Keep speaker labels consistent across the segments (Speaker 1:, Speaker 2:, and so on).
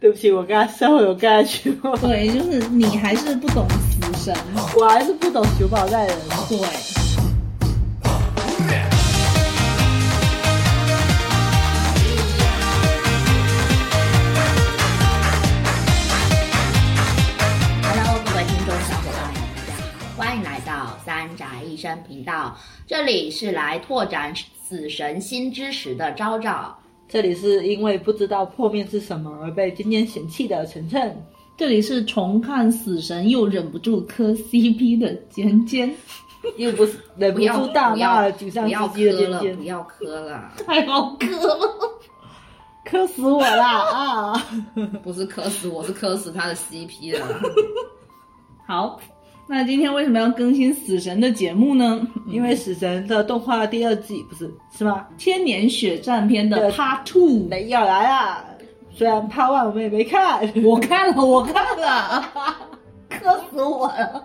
Speaker 1: 不起，我刚才稍微有 get 住，
Speaker 2: 对，就是你还是不懂死神，
Speaker 1: 我还是不懂熊宝在人。
Speaker 2: 对。
Speaker 3: Hello，各位听众小伙伴们，大家好，欢迎来到三宅一生频道，这里是来拓展死神新知识的昭昭。
Speaker 1: 这里是因为不知道破面是什么而被今天嫌弃的晨晨。
Speaker 2: 这里是重看死神又忍不住磕 CP 的尖尖，
Speaker 1: 又不是忍
Speaker 3: 不
Speaker 1: 不
Speaker 3: 要
Speaker 1: 住大
Speaker 3: 不要
Speaker 1: 骂了沮丧
Speaker 3: 不要
Speaker 1: 之
Speaker 3: 磕
Speaker 1: 极的尖
Speaker 3: 了，
Speaker 1: 尖
Speaker 3: 不，要磕了，
Speaker 2: 太好磕了。
Speaker 1: 磕死我啦 啊！
Speaker 3: 不是磕死我，是磕死他的 CP 了。
Speaker 2: 好，那今天为什么要更新死神的节目呢？
Speaker 1: 因为死神的动画第二季不是是吗？
Speaker 2: 千年血战篇的
Speaker 1: 对
Speaker 2: Part Two，
Speaker 1: 没要来啦！虽然 Part One 我们也没 看，
Speaker 2: 我看了，我看了， 磕死我了。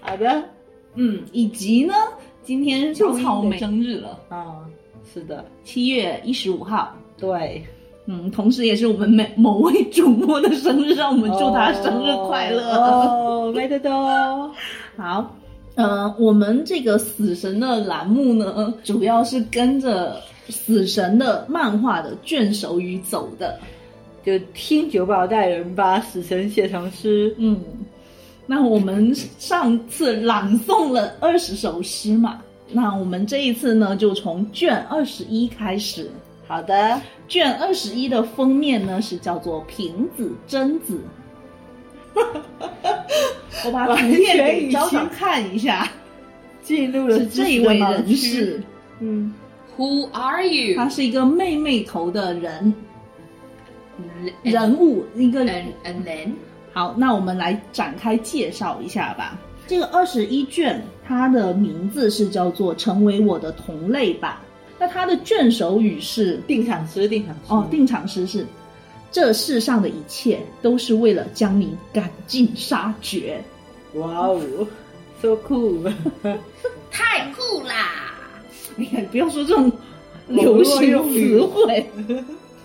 Speaker 1: 好的
Speaker 2: 嗯，以及呢，今天小草莓生日了，
Speaker 1: 啊，是的，
Speaker 2: 七月一十五号。
Speaker 1: 对，
Speaker 2: 嗯，同时也是我们每某位主播的生日，让我们祝他生日快乐。
Speaker 1: 哦，没得多。
Speaker 2: 好，呃，我们这个死神的栏目呢， 主要是跟着死神的漫画的卷首语走的。
Speaker 1: 就听九保带人把死神写成诗，
Speaker 2: 嗯，那我们上次朗诵了二十首诗嘛，那我们这一次呢，就从卷二十一开始。
Speaker 1: 好的，
Speaker 2: 卷二十一的封面呢是叫做瓶子榛子， 我把图片给昭昭看一下，
Speaker 1: 进入了
Speaker 2: 是
Speaker 1: 知
Speaker 2: 这一
Speaker 1: 识的
Speaker 2: 位
Speaker 1: 盲
Speaker 2: 人
Speaker 1: 区
Speaker 2: 士，，
Speaker 1: 嗯，
Speaker 3: Who are
Speaker 2: 他
Speaker 3: you?
Speaker 2: 是一个妹妹头的人
Speaker 4: 哎
Speaker 2: 人物，一个
Speaker 3: and and then
Speaker 2: 好，那我们来展开介绍一下吧。这个二十一卷，它的名字是叫做《成为我的同类吧》。那它的卷首语是
Speaker 1: 定场诗，定场诗，
Speaker 2: 哦，定场诗是：这世上的一切都是为了将你赶尽杀绝。
Speaker 1: 哇哦，so cool，
Speaker 3: 太酷啦！
Speaker 2: 你看，不要说这种流行词汇。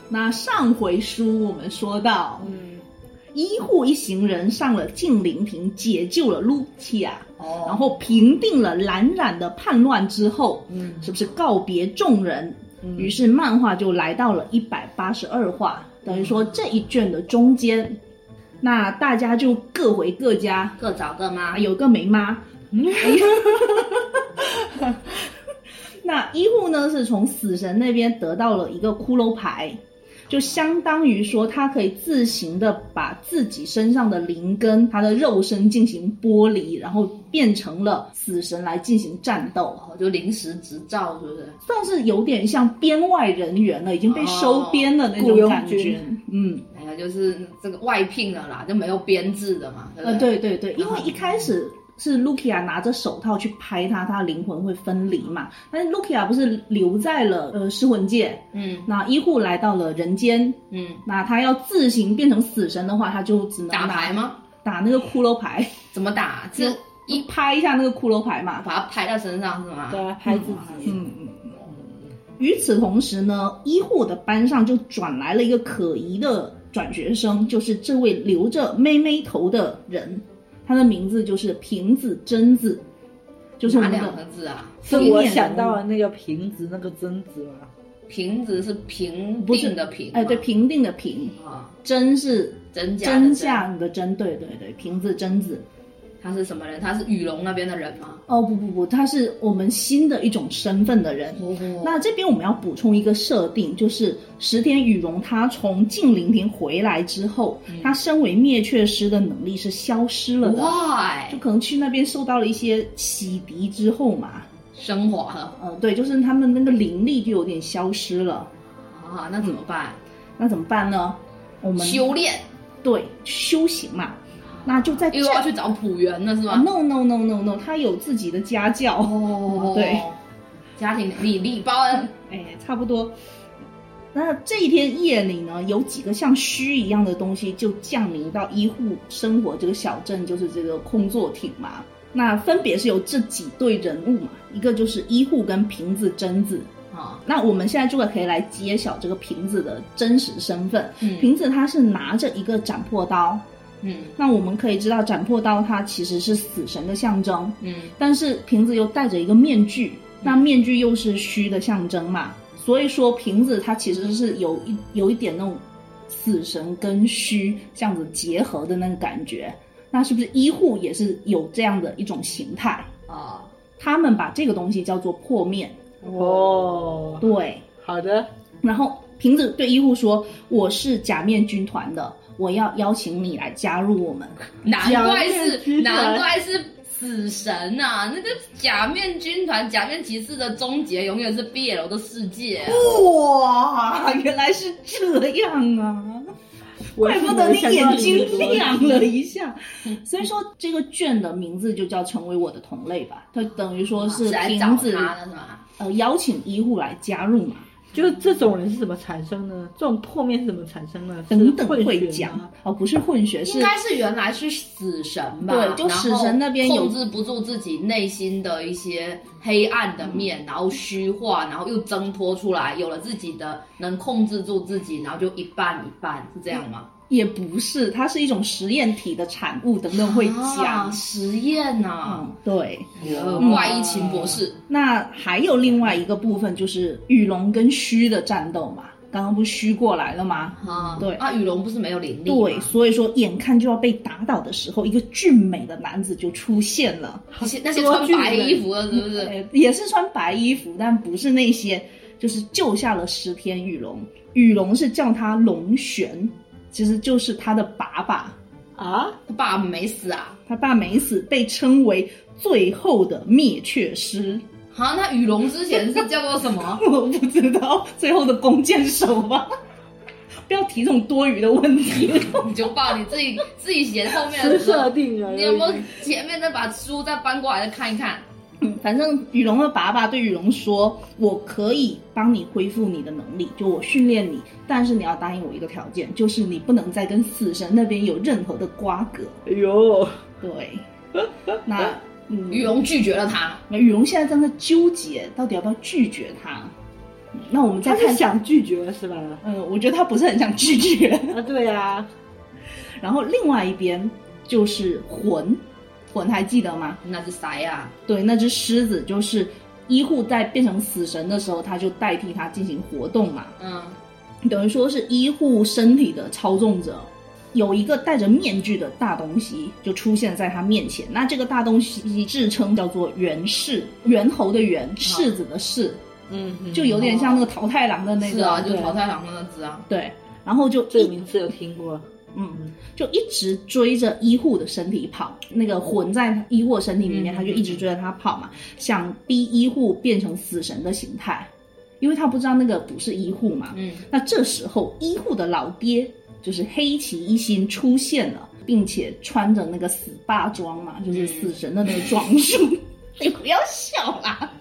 Speaker 2: 那上回书我们说到，
Speaker 1: 嗯，
Speaker 2: 医护一行人上了静灵亭，解救了露琪亚。
Speaker 3: 哦
Speaker 2: 然后平定了蓝染的叛乱之后，
Speaker 1: 嗯
Speaker 2: 是不是告别众人？
Speaker 1: 嗯
Speaker 2: 于是漫画就来到了一百八十二话，等于说这一卷的中间，那大家就各回各家，
Speaker 3: 各找各妈
Speaker 2: 啊，，有个没妈。那医护呢是从死神那边得到了一个骷髅牌，就相当于说他可以自行的把自己身上的灵跟他的肉身进行剥离，然后变成了死神来进行战斗，
Speaker 3: 哦，就临时执照是不是？
Speaker 2: 算是有点像编外人员了，已经被收编的那
Speaker 1: 哦雇
Speaker 2: 种
Speaker 1: 佣
Speaker 2: 感觉。
Speaker 1: 军
Speaker 2: 嗯，
Speaker 3: 哎呀，就是这个外聘的啦，就没有编制的嘛，对不
Speaker 2: 呃，对对对，因为一开始是 Lukia 拿着手套去拍他，他灵魂会分离嘛。但是 Lukia 不是留在了呃尸魂界，
Speaker 3: 嗯
Speaker 2: 那医护来到了人间，
Speaker 3: 嗯，
Speaker 2: 那他要自行变成死神的话，他就只能
Speaker 3: 打
Speaker 2: 拿
Speaker 3: 牌？吗？
Speaker 2: 打那个骷髅牌，
Speaker 3: 怎么打？
Speaker 2: 就是一
Speaker 3: 一
Speaker 2: 拍一下那个骷髅牌嘛。
Speaker 3: 把它拍到身上是吗？
Speaker 1: 对啊，拍自己，
Speaker 2: 嗯嗯。嗯与此同时呢，医护的班上就转来了一个可疑的转学生，就是这位留着妹妹头的人，他的名字就是平子真子，就是我
Speaker 3: 哪
Speaker 2: 们
Speaker 3: 两个
Speaker 2: 的
Speaker 3: 字啊？
Speaker 1: 是我想到了那个瓶子，那个榛子嘛，
Speaker 3: 瓶子是平
Speaker 2: 不是
Speaker 3: 定的平吗，
Speaker 2: 哎对平定的平，
Speaker 3: 啊，
Speaker 2: 真是
Speaker 3: 真假的
Speaker 2: 真相的真，对对对，平子真子。
Speaker 3: 他是什么人？他是羽龙那边的人吗？
Speaker 2: 哦不不不，他是我们新的一种身份的人。那这边我们要补充一个设定，就是石田羽绒他从静灵亭回来之后，
Speaker 3: 嗯
Speaker 2: 他身为灭却师的能力是消失了的，就
Speaker 3: why
Speaker 2: 可能去那边受到了一些洗涤之后嘛，
Speaker 3: 升华了
Speaker 2: 呃，对，就是他们那个灵力就有点消失了，
Speaker 3: 啊？那怎么办？
Speaker 2: 那怎么办呢？我们
Speaker 3: 修炼
Speaker 2: 对修行嘛，那就在这
Speaker 3: 又要去找浦原了是
Speaker 2: 啊
Speaker 3: 吗？
Speaker 2: ，no no no no no，他有自己的家教。
Speaker 3: 哦
Speaker 2: 对，
Speaker 3: 家庭李李报恩
Speaker 2: 哎，差不多。那这一天夜里呢，有几个像虚一样的东西就降临到医护生活这个小镇，就是这个空座艇嘛。那分别是由这几队人物嘛，一个就是医护跟瓶子贞子，
Speaker 3: 啊
Speaker 4: 哈，
Speaker 2: 那我们现在就可以来揭晓这个瓶子的真实身份。
Speaker 4: 嗯
Speaker 2: 瓶子它是拿着一个斩魄刀，
Speaker 4: 嗯
Speaker 2: 那我们可以知道斩魄刀它其实是死神的象征，
Speaker 4: 嗯
Speaker 2: 但是瓶子又戴着一个面具，那面具又是虚的象征嘛，所以说瓶子它其实是有一有一点那种死神跟虚这样子结合的那个感觉。那是不是医护也是有这样的一种形态？
Speaker 3: 啊
Speaker 4: 哦
Speaker 2: 他们把这个东西叫做破面，
Speaker 1: 哦，
Speaker 2: 对。
Speaker 1: 好的，
Speaker 2: 然后瓶子对医护说：“我是假面军团的，我要邀请你来加入我们。
Speaker 4: 难怪
Speaker 1: 假面军团
Speaker 4: 是难怪是死神呐、那个假面军团、假面骑士的终结永远是 BL 的世界啊、”
Speaker 2: 哇， 原来是这样啊！
Speaker 1: 我
Speaker 2: 怪
Speaker 1: 是
Speaker 2: 不得
Speaker 1: 没想到
Speaker 2: 眼睛
Speaker 1: 是
Speaker 2: 亮了一下。所以说，这个卷的名字就叫“成为我的同类”吧，它等于说是
Speaker 4: 啊来找
Speaker 2: 瓶
Speaker 4: 他的
Speaker 2: 子
Speaker 4: 是吧？
Speaker 2: 呃邀请医护来加入嘛。
Speaker 1: 就是这种人是怎么产生呢？这种破面是怎么产生呢？是
Speaker 2: 等等
Speaker 1: 混
Speaker 2: 会
Speaker 1: 血
Speaker 2: 讲
Speaker 1: 吗，
Speaker 2: 哦，不是混血，是
Speaker 4: 应该是原来是死神吧？
Speaker 2: 对就死神那边
Speaker 4: 然
Speaker 2: 有
Speaker 4: 后控制不住自己内心的一些黑暗的面，然后虚化，然后又挣脱出来，有了自己的能控制住自己，然后就一半一半，是这样吗？
Speaker 2: 也不是，它是一种实验体的产物，等等会
Speaker 4: 啊
Speaker 2: 讲。
Speaker 4: 实验呐、啊，
Speaker 2: 嗯，对。
Speaker 4: 呃
Speaker 1: 嗯
Speaker 4: 怪医秦博士，
Speaker 2: 那还有另外一个部分就是羽龙跟虚的战斗嘛，刚刚不是虚过来了吗？
Speaker 4: 啊，
Speaker 2: 对
Speaker 4: 啊，羽龙不是没有灵力吗
Speaker 2: 对，所以说眼看就要被打倒的时候，一个俊美的男子就出现了，
Speaker 4: 那些那些穿白衣服的，是不是？
Speaker 2: 呃也是穿白衣服，但不是那些，就是救下了十天羽龙。羽龙是叫他龙玄，其实就是他的爸爸，
Speaker 1: 啊？
Speaker 4: 他爸没死啊？
Speaker 2: 他爸没死，被称为最后的灭却师。
Speaker 4: 啊，那羽龙之前是叫做什么？
Speaker 2: 我不知道，最后的弓箭手吧。不要提这种多余的问题。
Speaker 4: 你就报你自己自己写后面
Speaker 1: 是
Speaker 4: 的时候
Speaker 1: 设，定人，
Speaker 4: 你有没有前面再把书再搬过来再看一看？
Speaker 2: 嗯反正羽龙的爸爸对羽龙说：“我可以帮你恢复你的能力，就我训练你，但是你要答应我一个条件，就是你不能再跟死神那边有任何的瓜葛。
Speaker 1: 哎呦，”
Speaker 2: 对，那嗯，
Speaker 4: 羽龙拒绝了他，
Speaker 2: 那羽龙现在正在纠结，到底要不要拒绝他。嗯那我们再
Speaker 1: 他是
Speaker 2: 看，
Speaker 1: 想拒绝是吧？
Speaker 2: 嗯，我觉得他不是很想拒绝。
Speaker 1: 啊，对呀，
Speaker 2: 然后另外一边就是魂，魂还记得吗？
Speaker 4: 那是谁啊呀、
Speaker 2: 对，那只狮子就是医护在变成死神的时候，他就代替他进行活动嘛，
Speaker 4: 啊？嗯，
Speaker 2: 等于说是医护身体的操纵者。有一个戴着面具的大东西就出现在他面前，那这个大东西自称叫做猿氏，猿猴的猿，
Speaker 4: 啊
Speaker 2: 柿子的柿，
Speaker 1: 嗯，
Speaker 2: 就有点像那个桃太郎的那个，
Speaker 4: 哦是啊，就
Speaker 2: 对
Speaker 4: 淘汰狼那只啊。
Speaker 2: 对，然后就
Speaker 1: 这个
Speaker 2: 一
Speaker 1: 名字有听过，
Speaker 2: 嗯，就一直追着医护的身体跑，那个魂在医护的身体里面，
Speaker 4: 嗯
Speaker 2: 他就一直追着他跑嘛，想逼医护变成死神的形态，因为他不知道那个不是医护嘛。
Speaker 4: 嗯，
Speaker 2: 那这时候医护的老爹就是黑崎一心出现了，并且穿着那个死霸装嘛，就是死神的那个装束。 你不要笑啦。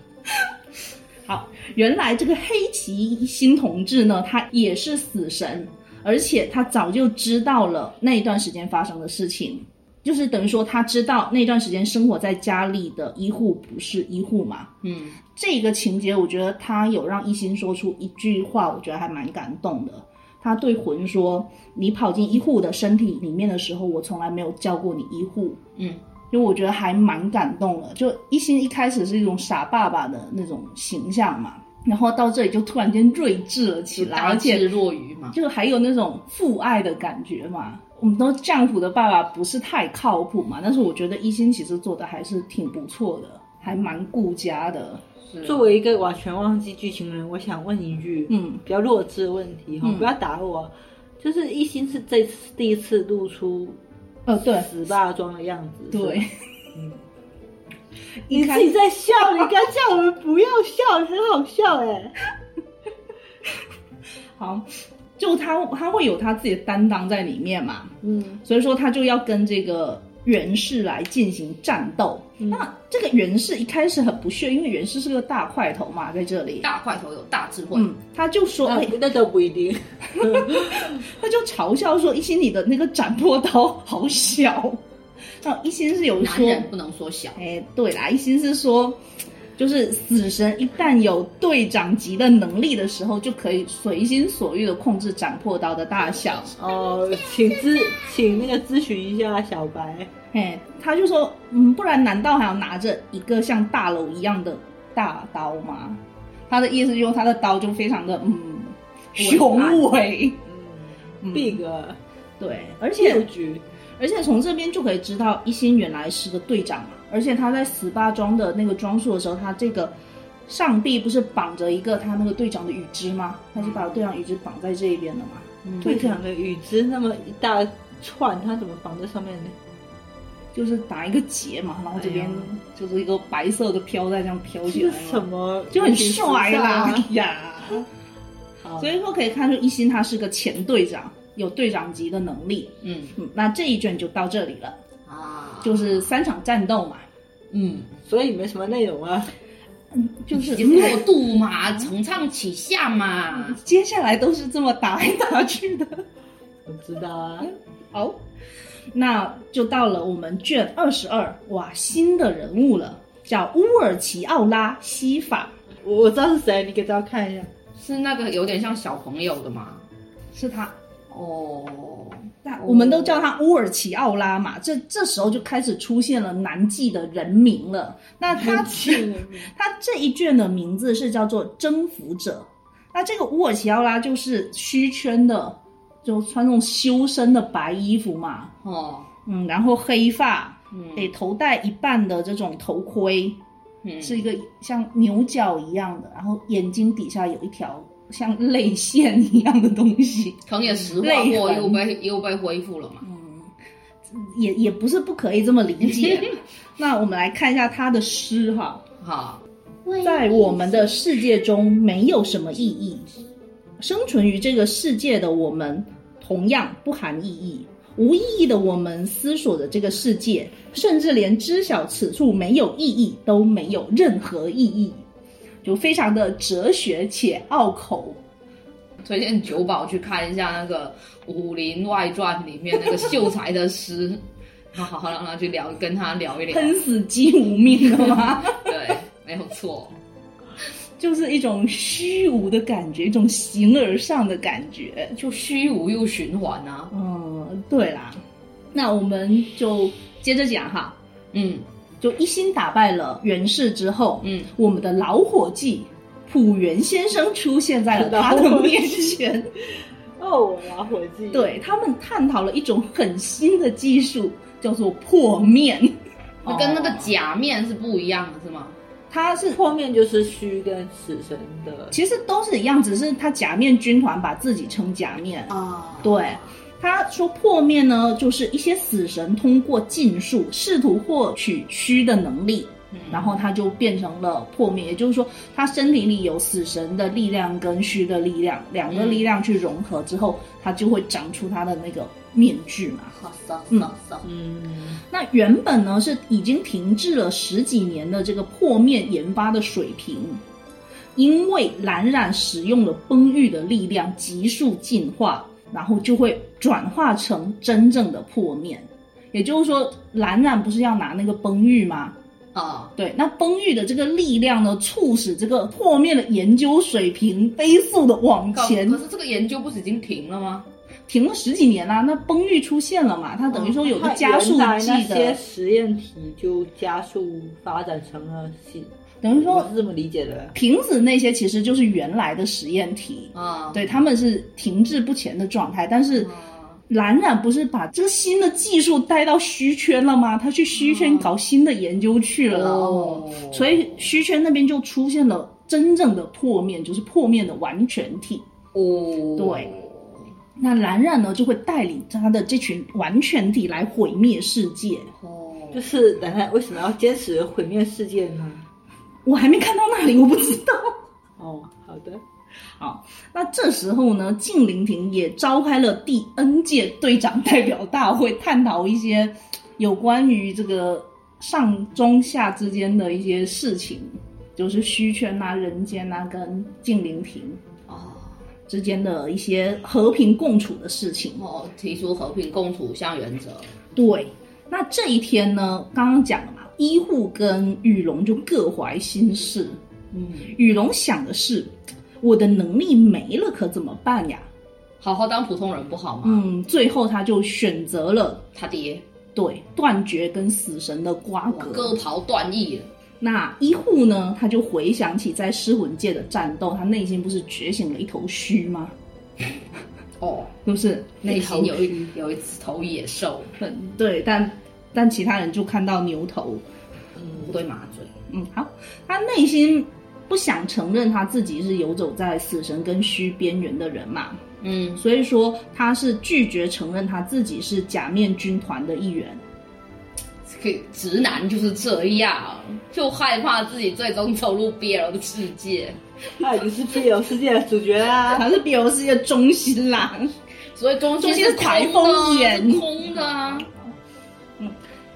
Speaker 2: 好，原来这个黑崎一心同志呢，他也是死神，而且他早就知道了那一段时间发生的事情，就是等于说他知道那段时间生活在家里的医护不是医护嘛，
Speaker 4: 嗯，
Speaker 2: 这个情节，我觉得他有让一心说出一句话，我觉得还蛮感动的。他对魂说：“你跑进医护的身体里面的时候，我从来没有叫过你医护。”
Speaker 4: 嗯，
Speaker 2: 就我觉得还蛮感动的。就一心一开始是一种傻爸爸的那种形象嘛，然后到这里就突然间睿智了起来，
Speaker 4: 大
Speaker 2: 而且
Speaker 4: 智若愚嘛。
Speaker 2: 就还有那种父爱的感觉嘛。我们都丈夫的爸爸不是太靠谱嘛，但是我觉得一心其实做的还是挺不错的，还蛮顾家的。
Speaker 4: 是啊
Speaker 1: 作为一个完全忘记剧情的人，我想问一句，
Speaker 2: 嗯，
Speaker 1: 比较弱智的问题哈，
Speaker 2: 嗯
Speaker 1: 不要打我。就是一心是这次第一次露出哦
Speaker 2: 呃，对
Speaker 1: 死霸装的样子，是吧
Speaker 2: 对，
Speaker 1: 嗯
Speaker 2: 一
Speaker 1: 你
Speaker 2: 开
Speaker 1: 自己在笑，你刚叫我们不要笑，很好笑哎、
Speaker 2: 好，就他他会有他自己的担当在里面嘛，
Speaker 1: 嗯，
Speaker 2: 所以说他就要跟这个袁氏来进行战斗。
Speaker 1: 嗯
Speaker 2: 那这个袁氏一开始很不屑，因为袁氏是个大块头嘛，在这里。
Speaker 4: 大块头有大智慧，
Speaker 2: 嗯，他就说，
Speaker 1: 那
Speaker 2: 哎、
Speaker 1: 不那都不一定。
Speaker 2: 他就嘲笑说，一心你的那个斩魄刀好小。那一心是有
Speaker 4: 男
Speaker 2: 说，
Speaker 4: 人不能缩小。
Speaker 2: 哎，对啦，一心是说，就是死神一旦有队长级的能力的时候，就可以随心所欲的控制斩破刀的大小。
Speaker 1: 哦，请咨请那个咨询一下小白。
Speaker 2: 哎，他就说，嗯，不然难道还要拿着一个像大楼一样的大刀吗？他的意思就是他的刀就非常的嗯雄伟，
Speaker 1: 嗯，Big
Speaker 2: 对，而且
Speaker 1: 六局，
Speaker 2: 而且从这边就可以知道，一心原来是个队长嘛。而且他在死霸装的那个装束的时候，他这个上臂不是绑着一个他那个队长的羽织吗？他是把队长羽织绑在这一边的嘛。
Speaker 1: 嗯
Speaker 2: 对
Speaker 1: 队长的羽织那么一大串，他怎么绑在上面呢？
Speaker 2: 就是打一个结嘛，然后这边
Speaker 1: 哎呀
Speaker 2: 就是一个白色的飘带这样飘起
Speaker 1: 这
Speaker 2: 来
Speaker 1: 是什
Speaker 2: 嘛，
Speaker 1: 么？
Speaker 2: 就很
Speaker 1: 挺
Speaker 2: 帅啦
Speaker 1: 时尚啊！
Speaker 2: 哎呀！
Speaker 1: 好
Speaker 2: 所以说可以看出一心他是个前队长，有队长级的能力。
Speaker 3: 嗯
Speaker 2: 嗯，那这一卷就到这里了，
Speaker 3: 啊，
Speaker 2: 就是三场战斗嘛，
Speaker 3: 嗯，
Speaker 1: 所以没什么内容啊。
Speaker 2: 就是
Speaker 3: 过渡嘛，承上启下嘛，
Speaker 2: 接下来都是这么打来打去的。
Speaker 1: 我知道啊，
Speaker 2: 哎好，那就到了我们卷二十二，哇，新的人物了，叫乌尔奇奥拉西法，
Speaker 1: 我我知道是谁，你给大家看一下。
Speaker 4: 是那个有点像小朋友的嘛？
Speaker 2: 是他。
Speaker 3: 哦，
Speaker 2: 那我们都叫他乌尔奇奥拉嘛，这这时候就开始出现了南纪的人名了。那他 他这一卷的名字是叫做《征服者》。那这个乌尔奇奥拉就是虚圈的，就穿那种修身的白衣服嘛，
Speaker 4: 哦，
Speaker 2: 嗯，然后黑发，
Speaker 4: 嗯
Speaker 2: 诶，头戴一半的这种头盔，
Speaker 4: 嗯
Speaker 2: 是一个像牛角一样的，然后眼睛底下有一条像泪腺一样的东西，
Speaker 4: 可能也石化
Speaker 2: 泪
Speaker 4: 过，
Speaker 2: 痕
Speaker 4: 又被又被恢复了嘛？
Speaker 2: 嗯，也也不是不可以这么理解。那我们来看一下他的诗哈，
Speaker 4: 哈，
Speaker 2: 在我们的世界中没有什么意义，生存于这个世界的我们同样不含意义。无意义的我们思索着这个世界，甚至连知晓此处没有意义都没有任何意义，就非常的哲学且拗口。
Speaker 4: 推荐九宝去看一下那个《武林外传》里面那个秀才的诗，好好好让他去聊，跟他聊一聊。
Speaker 2: 喷死鸡无命了吗？
Speaker 4: 对，没有错。
Speaker 2: 就是一种虚无的感觉，一种形而上的感觉。
Speaker 4: 就虚无又循环啊。
Speaker 2: 嗯，对啦，那我们就接着讲哈。
Speaker 4: 嗯
Speaker 2: 就一心打败了袁氏之后，
Speaker 4: 嗯，
Speaker 2: 我们的老伙计浦原先生出现在了他的面前。
Speaker 1: 哦，我老伙计，，
Speaker 2: 对他们探讨了一种很新的技术，叫做破面。
Speaker 4: 那跟那个
Speaker 1: 哦
Speaker 4: 假面是不一样的，是吗？
Speaker 2: 它是
Speaker 1: 破面就是虚跟死神的，
Speaker 2: 其实都是一样，只是他假面军团把自己称假面。
Speaker 3: 啊，
Speaker 2: 对，他说破灭呢，就是一些死神通过禁术试图获取虚的能力，然后他就变成了破灭，也就是说，他身体里有死神的力量跟虚的力量，两个力量去融合之后，他就会长出他的那个面具嘛。
Speaker 3: 好骚骚骚，
Speaker 1: 嗯，
Speaker 2: 那原本呢是已经停滞了十几年的这个破面研发的水平，因为蓝染使用了崩玉的力量急速进化，然后就会转化成真正的破面。也就是说，蓝染不是要拿那个崩玉吗？
Speaker 4: 啊，
Speaker 2: 对，那崩玉的这个力量呢，促使这个破面的研究水平飞速的往
Speaker 4: 搞
Speaker 2: 前
Speaker 4: 可是这个研究不是已经停了吗？
Speaker 2: 停了十几年啦、那崩玉出现了嘛，它等于说有个加速
Speaker 1: 哦它
Speaker 2: 剂
Speaker 1: 原来那
Speaker 2: 的，
Speaker 1: 些实验体就加速发展成了新，
Speaker 2: 等于说
Speaker 1: 我是这么理解的。
Speaker 2: 瓶子那些其实就是原来的实验体，
Speaker 4: 啊，
Speaker 2: 对，他们是停滞不前的状态。但
Speaker 4: 嗯
Speaker 2: 是蓝染不是把这个新的技术带到虚圈了吗？他去虚圈搞新的研究去了，
Speaker 4: 哦
Speaker 2: 所以虚圈那边就出现了真正的破面，就是破面的完全体。
Speaker 4: 哦，
Speaker 2: 对，那蓝染呢，就会带领他的这群完全体来毁灭世界。
Speaker 4: 哦，
Speaker 1: 就是奶奶为什么要坚持毁灭世界呢？
Speaker 2: 我还没看到那里，我不知道。
Speaker 1: 哦，好的，
Speaker 2: 好，那这时候呢，静陵亭也召开了第 N 届队长代表大会， 探讨一些有关于这个上中下之间的一些事情，就是虚圈啊、人间啊跟静陵亭
Speaker 4: 哦
Speaker 2: 之间的一些和平共处的事情。哦
Speaker 4: 哦，提出和平共处向原则。
Speaker 2: 对，那这一天呢，刚刚讲了嘛，医护跟雨龙就各怀心事。
Speaker 1: 嗯，
Speaker 2: 雨龙想的是，我的能力没了可怎么办呀？
Speaker 4: 好好当普通人不好吗？
Speaker 2: 嗯，最后他就选择了
Speaker 4: 他爹
Speaker 2: 对断绝跟死神的瓜葛。
Speaker 4: 割袍断义了，
Speaker 2: 那医护呢？他就回想起在尸魂界的战斗，他内心不是觉醒了一头须吗？
Speaker 4: 哦，
Speaker 2: 是不是？
Speaker 4: 内心有一有一头野兽，
Speaker 2: 嗯，对，但但其他人就看到牛头，
Speaker 4: 不对麻醉。
Speaker 2: 嗯，好，他内心不想承认他自己是游走在死神跟虚边缘的人嘛，
Speaker 4: 嗯，
Speaker 2: 所以说他是拒绝承认他自己是假面军团的一员。
Speaker 4: 这个直男就是这样，就害怕自己最终走入 BL 的世界，
Speaker 1: 他已经是 B 游世界的主角啦。
Speaker 2: 他是 BL 世界中心啦。
Speaker 4: 所以中间
Speaker 2: 中间是
Speaker 4: 空的啊
Speaker 2: 台风眼
Speaker 4: 是空的啊。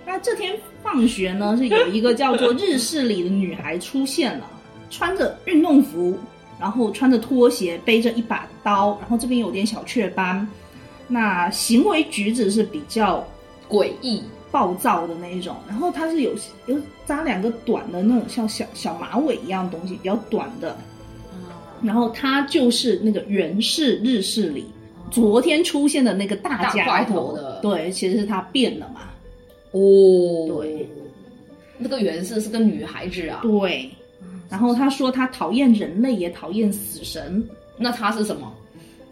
Speaker 2: 那这天放学呢，是有一个叫做日式里的女孩出现了，穿着运动服，然后穿着拖鞋，背着一把刀，然后这边有点小雀斑，那行为举止是比较
Speaker 4: 诡异，
Speaker 2: 暴躁的那一种，然后她是有有扎两个短的那种像小小马尾一样的东西，比较短的，然后她就是那个源氏日式里昨天出现的那个大
Speaker 4: 大
Speaker 2: 家
Speaker 4: 块
Speaker 2: 头
Speaker 4: 头的
Speaker 2: 对，其实是她变了嘛，
Speaker 4: 哦，
Speaker 2: 对，
Speaker 4: 那个袁氏是个女孩子啊，
Speaker 2: 对。然后他说他讨厌人类，也讨厌死神。
Speaker 4: 那她是什么？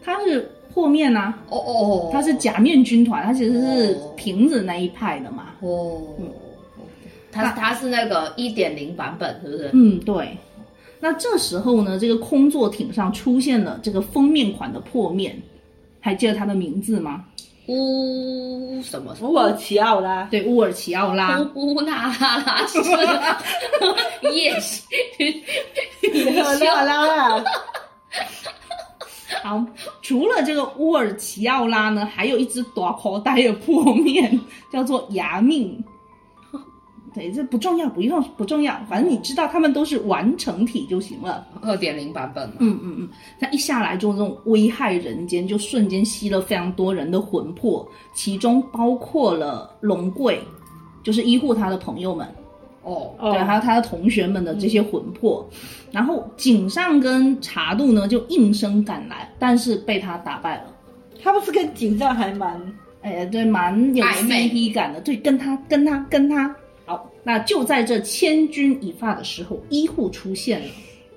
Speaker 2: 他是破面啊，
Speaker 4: 哦哦，
Speaker 2: 他是假面军团，他其实是
Speaker 4: 哦
Speaker 2: 瓶子那一派的嘛。
Speaker 4: 哦
Speaker 2: 嗯，
Speaker 4: 她她是那个一点零版本，是不是？
Speaker 2: 嗯，对。那这时候呢，这个空座艇上出现了这个封面款的破面，还记得他的名字吗？
Speaker 4: 乌什么？
Speaker 1: 乌尔奇奥 拉，
Speaker 2: 对，乌尔奇奥拉。
Speaker 4: 乌乌那拉拉是 夜市
Speaker 1: 拉啊拉啦，
Speaker 2: 好，除了这个乌尔奇奥拉呢，还有一只短口袋的破面，叫做牙命。对，这不重要，不用不重要，反正你知道他们都是完成体就行了。
Speaker 4: 二点零版本嘛，
Speaker 2: 嗯嗯嗯，他一下来就这种危害人间，就瞬间吸了非常多人的魂魄，其中包括了龙贵，就是医护他的朋友们，
Speaker 4: 哦，
Speaker 1: 哦
Speaker 2: 对，还有他的同学们的这些魂魄。然后井上跟茶渡呢就应声赶来，但是被他打败了。
Speaker 1: 他不是跟井上还蛮
Speaker 2: 哎，对，蛮有
Speaker 4: 暧昧
Speaker 2: CP 感的，对，跟他跟他跟他。好，那就在这千钧一发的时候，医护出现了。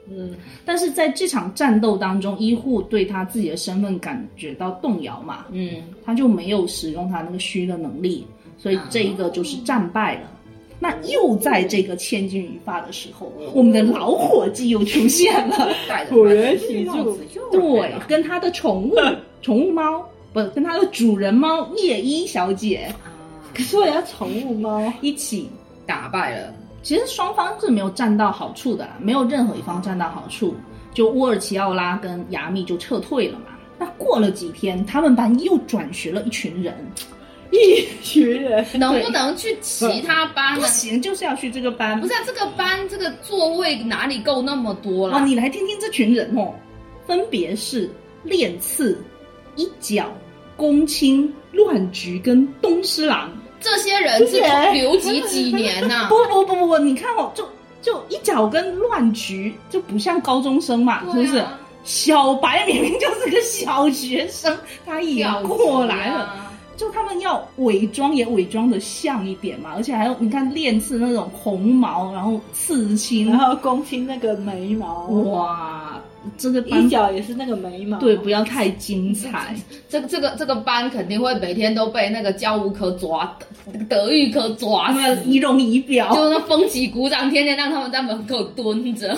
Speaker 1: 嗯
Speaker 2: 但是在这场战斗当中，医护对他自己的身份感觉到动摇嘛，
Speaker 4: 嗯，
Speaker 2: 他就没有使用他那个虚的能力，所以这一个就是战败了。
Speaker 4: 嗯
Speaker 2: 那又在这个千钧一发的时候，我们的老伙计又出现 了，
Speaker 4: 带着
Speaker 1: 果然喜
Speaker 4: 帽
Speaker 1: 剧
Speaker 4: 子又来
Speaker 2: 对
Speaker 4: 了，
Speaker 2: 跟他的宠 物宠物猫不跟他的主人猫夜一小姐
Speaker 3: 啊
Speaker 1: 可是我要宠物猫，
Speaker 2: 一起。
Speaker 4: 打败了，
Speaker 2: 其实双方是没有占到好处的啦，没有任何一方占到好处。就乌尔奇奥拉跟牙密就撤退了嘛。那过了几天，他们班又转学了一群人，
Speaker 1: 一群人，
Speaker 4: 能不能去其他班
Speaker 2: 不
Speaker 4: 呢？
Speaker 2: 行，就是要去这个班。
Speaker 4: 不是、啊、这个班这个座位哪里够那么多
Speaker 2: 哦，
Speaker 4: 了？
Speaker 2: 你来听听这群人哦，分别是练次、一角、宫青、乱菊跟东施郎。
Speaker 4: 这些人是留级几年呐、
Speaker 2: 不不不不不，你看哦，就就一角跟乱菊就不像高中生嘛，是
Speaker 4: 对
Speaker 2: 不
Speaker 4: 啊
Speaker 2: 是？小白明明就是个小学生，他也
Speaker 4: 调级啊
Speaker 2: 过来了。就他们要伪装也伪装的像一点嘛，而且还有你看练刺那种红毛，然后刺青
Speaker 1: 然，后公亲那个眉毛，
Speaker 4: 嗯
Speaker 2: 哇，这个班
Speaker 1: 一角也是那个眉毛，
Speaker 2: 对不要太精彩，
Speaker 4: 这个这个这个班肯定会每天都被那个教务科抓，德德育科抓
Speaker 2: 他
Speaker 4: 死，
Speaker 2: 们仪容仪表，
Speaker 4: 就那风起鼓掌，天天让他们在门口蹲 着。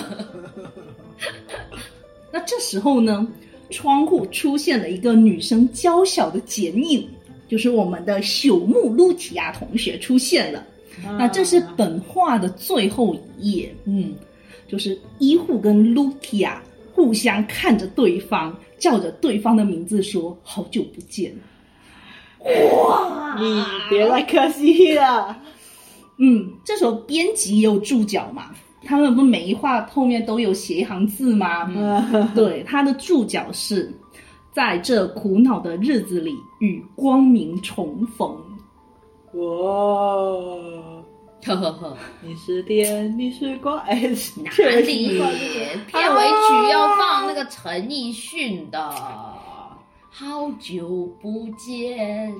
Speaker 2: 那这时候呢，窗户出现了一个女生娇小的剪影，就是我们的朽木露琪亚同学出现了。
Speaker 1: 啊，
Speaker 2: 那这是本画的最后一页，
Speaker 4: 嗯，
Speaker 2: 就是医护跟露琪亚互相看着对方，叫着对方的名字说：“好久不见。
Speaker 1: 啊你别再可惜了，”
Speaker 2: 嗯，这时候编辑也有注脚嘛，他们不每一画后面都有写一行字吗？
Speaker 4: 嗯
Speaker 1: 嗯
Speaker 2: 对，他的注脚是，在这苦恼的日子里与光明重逢。
Speaker 1: 哇，
Speaker 4: 呵呵呵，
Speaker 1: 你是电，你是光，哎，
Speaker 3: 哪
Speaker 1: 确实
Speaker 3: 里？
Speaker 1: 怪这个
Speaker 3: 片尾曲要放那个陈奕迅的《好久不见》。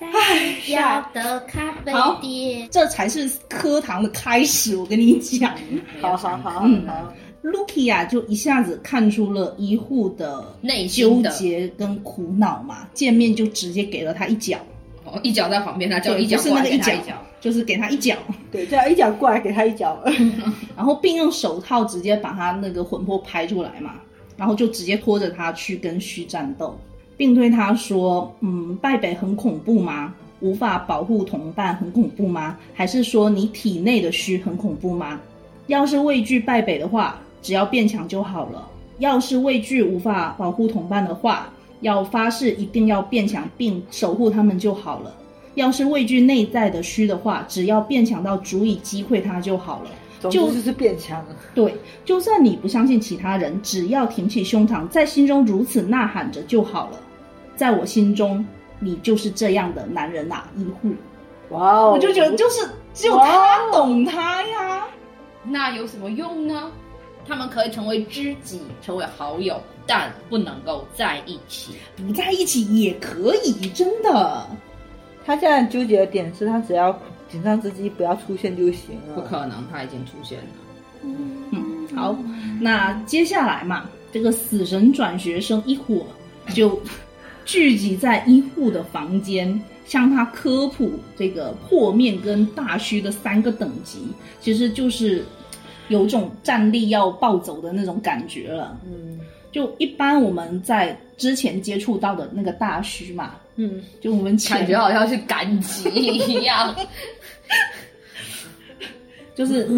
Speaker 3: 在睡觉的咖啡店，
Speaker 2: 这才是课堂的开始。我跟你讲
Speaker 1: 好好好，
Speaker 2: 嗯
Speaker 1: 好
Speaker 2: ，Lucky 啊，就一下子看出了医护的
Speaker 4: 内心
Speaker 2: 纠
Speaker 4: 的
Speaker 2: 结跟苦恼嘛，见面就直接给了他一脚，
Speaker 4: 哦，一脚在旁边，他叫
Speaker 2: 对
Speaker 4: 一脚
Speaker 2: 就是
Speaker 4: 过
Speaker 2: 那
Speaker 4: 来
Speaker 2: 个
Speaker 4: 给
Speaker 2: 一
Speaker 4: 他
Speaker 2: 脚
Speaker 4: 一脚，
Speaker 2: 就是给他一脚，
Speaker 1: 对，这样一脚过来给他一脚，
Speaker 2: 然后并用手套直接把他那个魂魄拍出来嘛，然后就直接拖着他去跟虚战斗，并对他说：“嗯，败北很恐怖吗？无法保护同伴很恐怖吗？还是说你体内的虚很恐怖吗？要是畏惧败北的话，只要变强就好了；要是畏惧无法保护同伴的话，要发誓一定要变强并守护他们就好了。”要是畏惧内在的虚的话，只要变强到足以击溃他就好了。
Speaker 1: 总之
Speaker 2: 就
Speaker 1: 就是变强。
Speaker 2: 对，就算你不相信其他人，只要挺起胸膛，在心中如此呐喊着就好了。在我心中，你就是这样的男人呐、医护。
Speaker 1: 哇哦！
Speaker 2: 我就觉得就是只有他懂他呀。
Speaker 4: 那有什么用呢？他们可以成为知己，成为好友，但不能够在一起。
Speaker 2: 不在一起也可以，真的。
Speaker 1: 他现在纠结的点是他只要紧张之机不要出现就行了。
Speaker 4: 不可能，他已经出现了。
Speaker 2: 嗯，好，那接下来嘛，这个死神转学生一伙就聚集在医护的房间，向他科普这个破面跟大虚的三个等级，其实就是有种战力要暴走的那种感觉了。
Speaker 1: 嗯
Speaker 2: 就一般我们在之前接触到的那个大虚嘛，
Speaker 1: 嗯，
Speaker 2: 就我们前
Speaker 4: 感觉好像是赶集一 样，
Speaker 2: 就是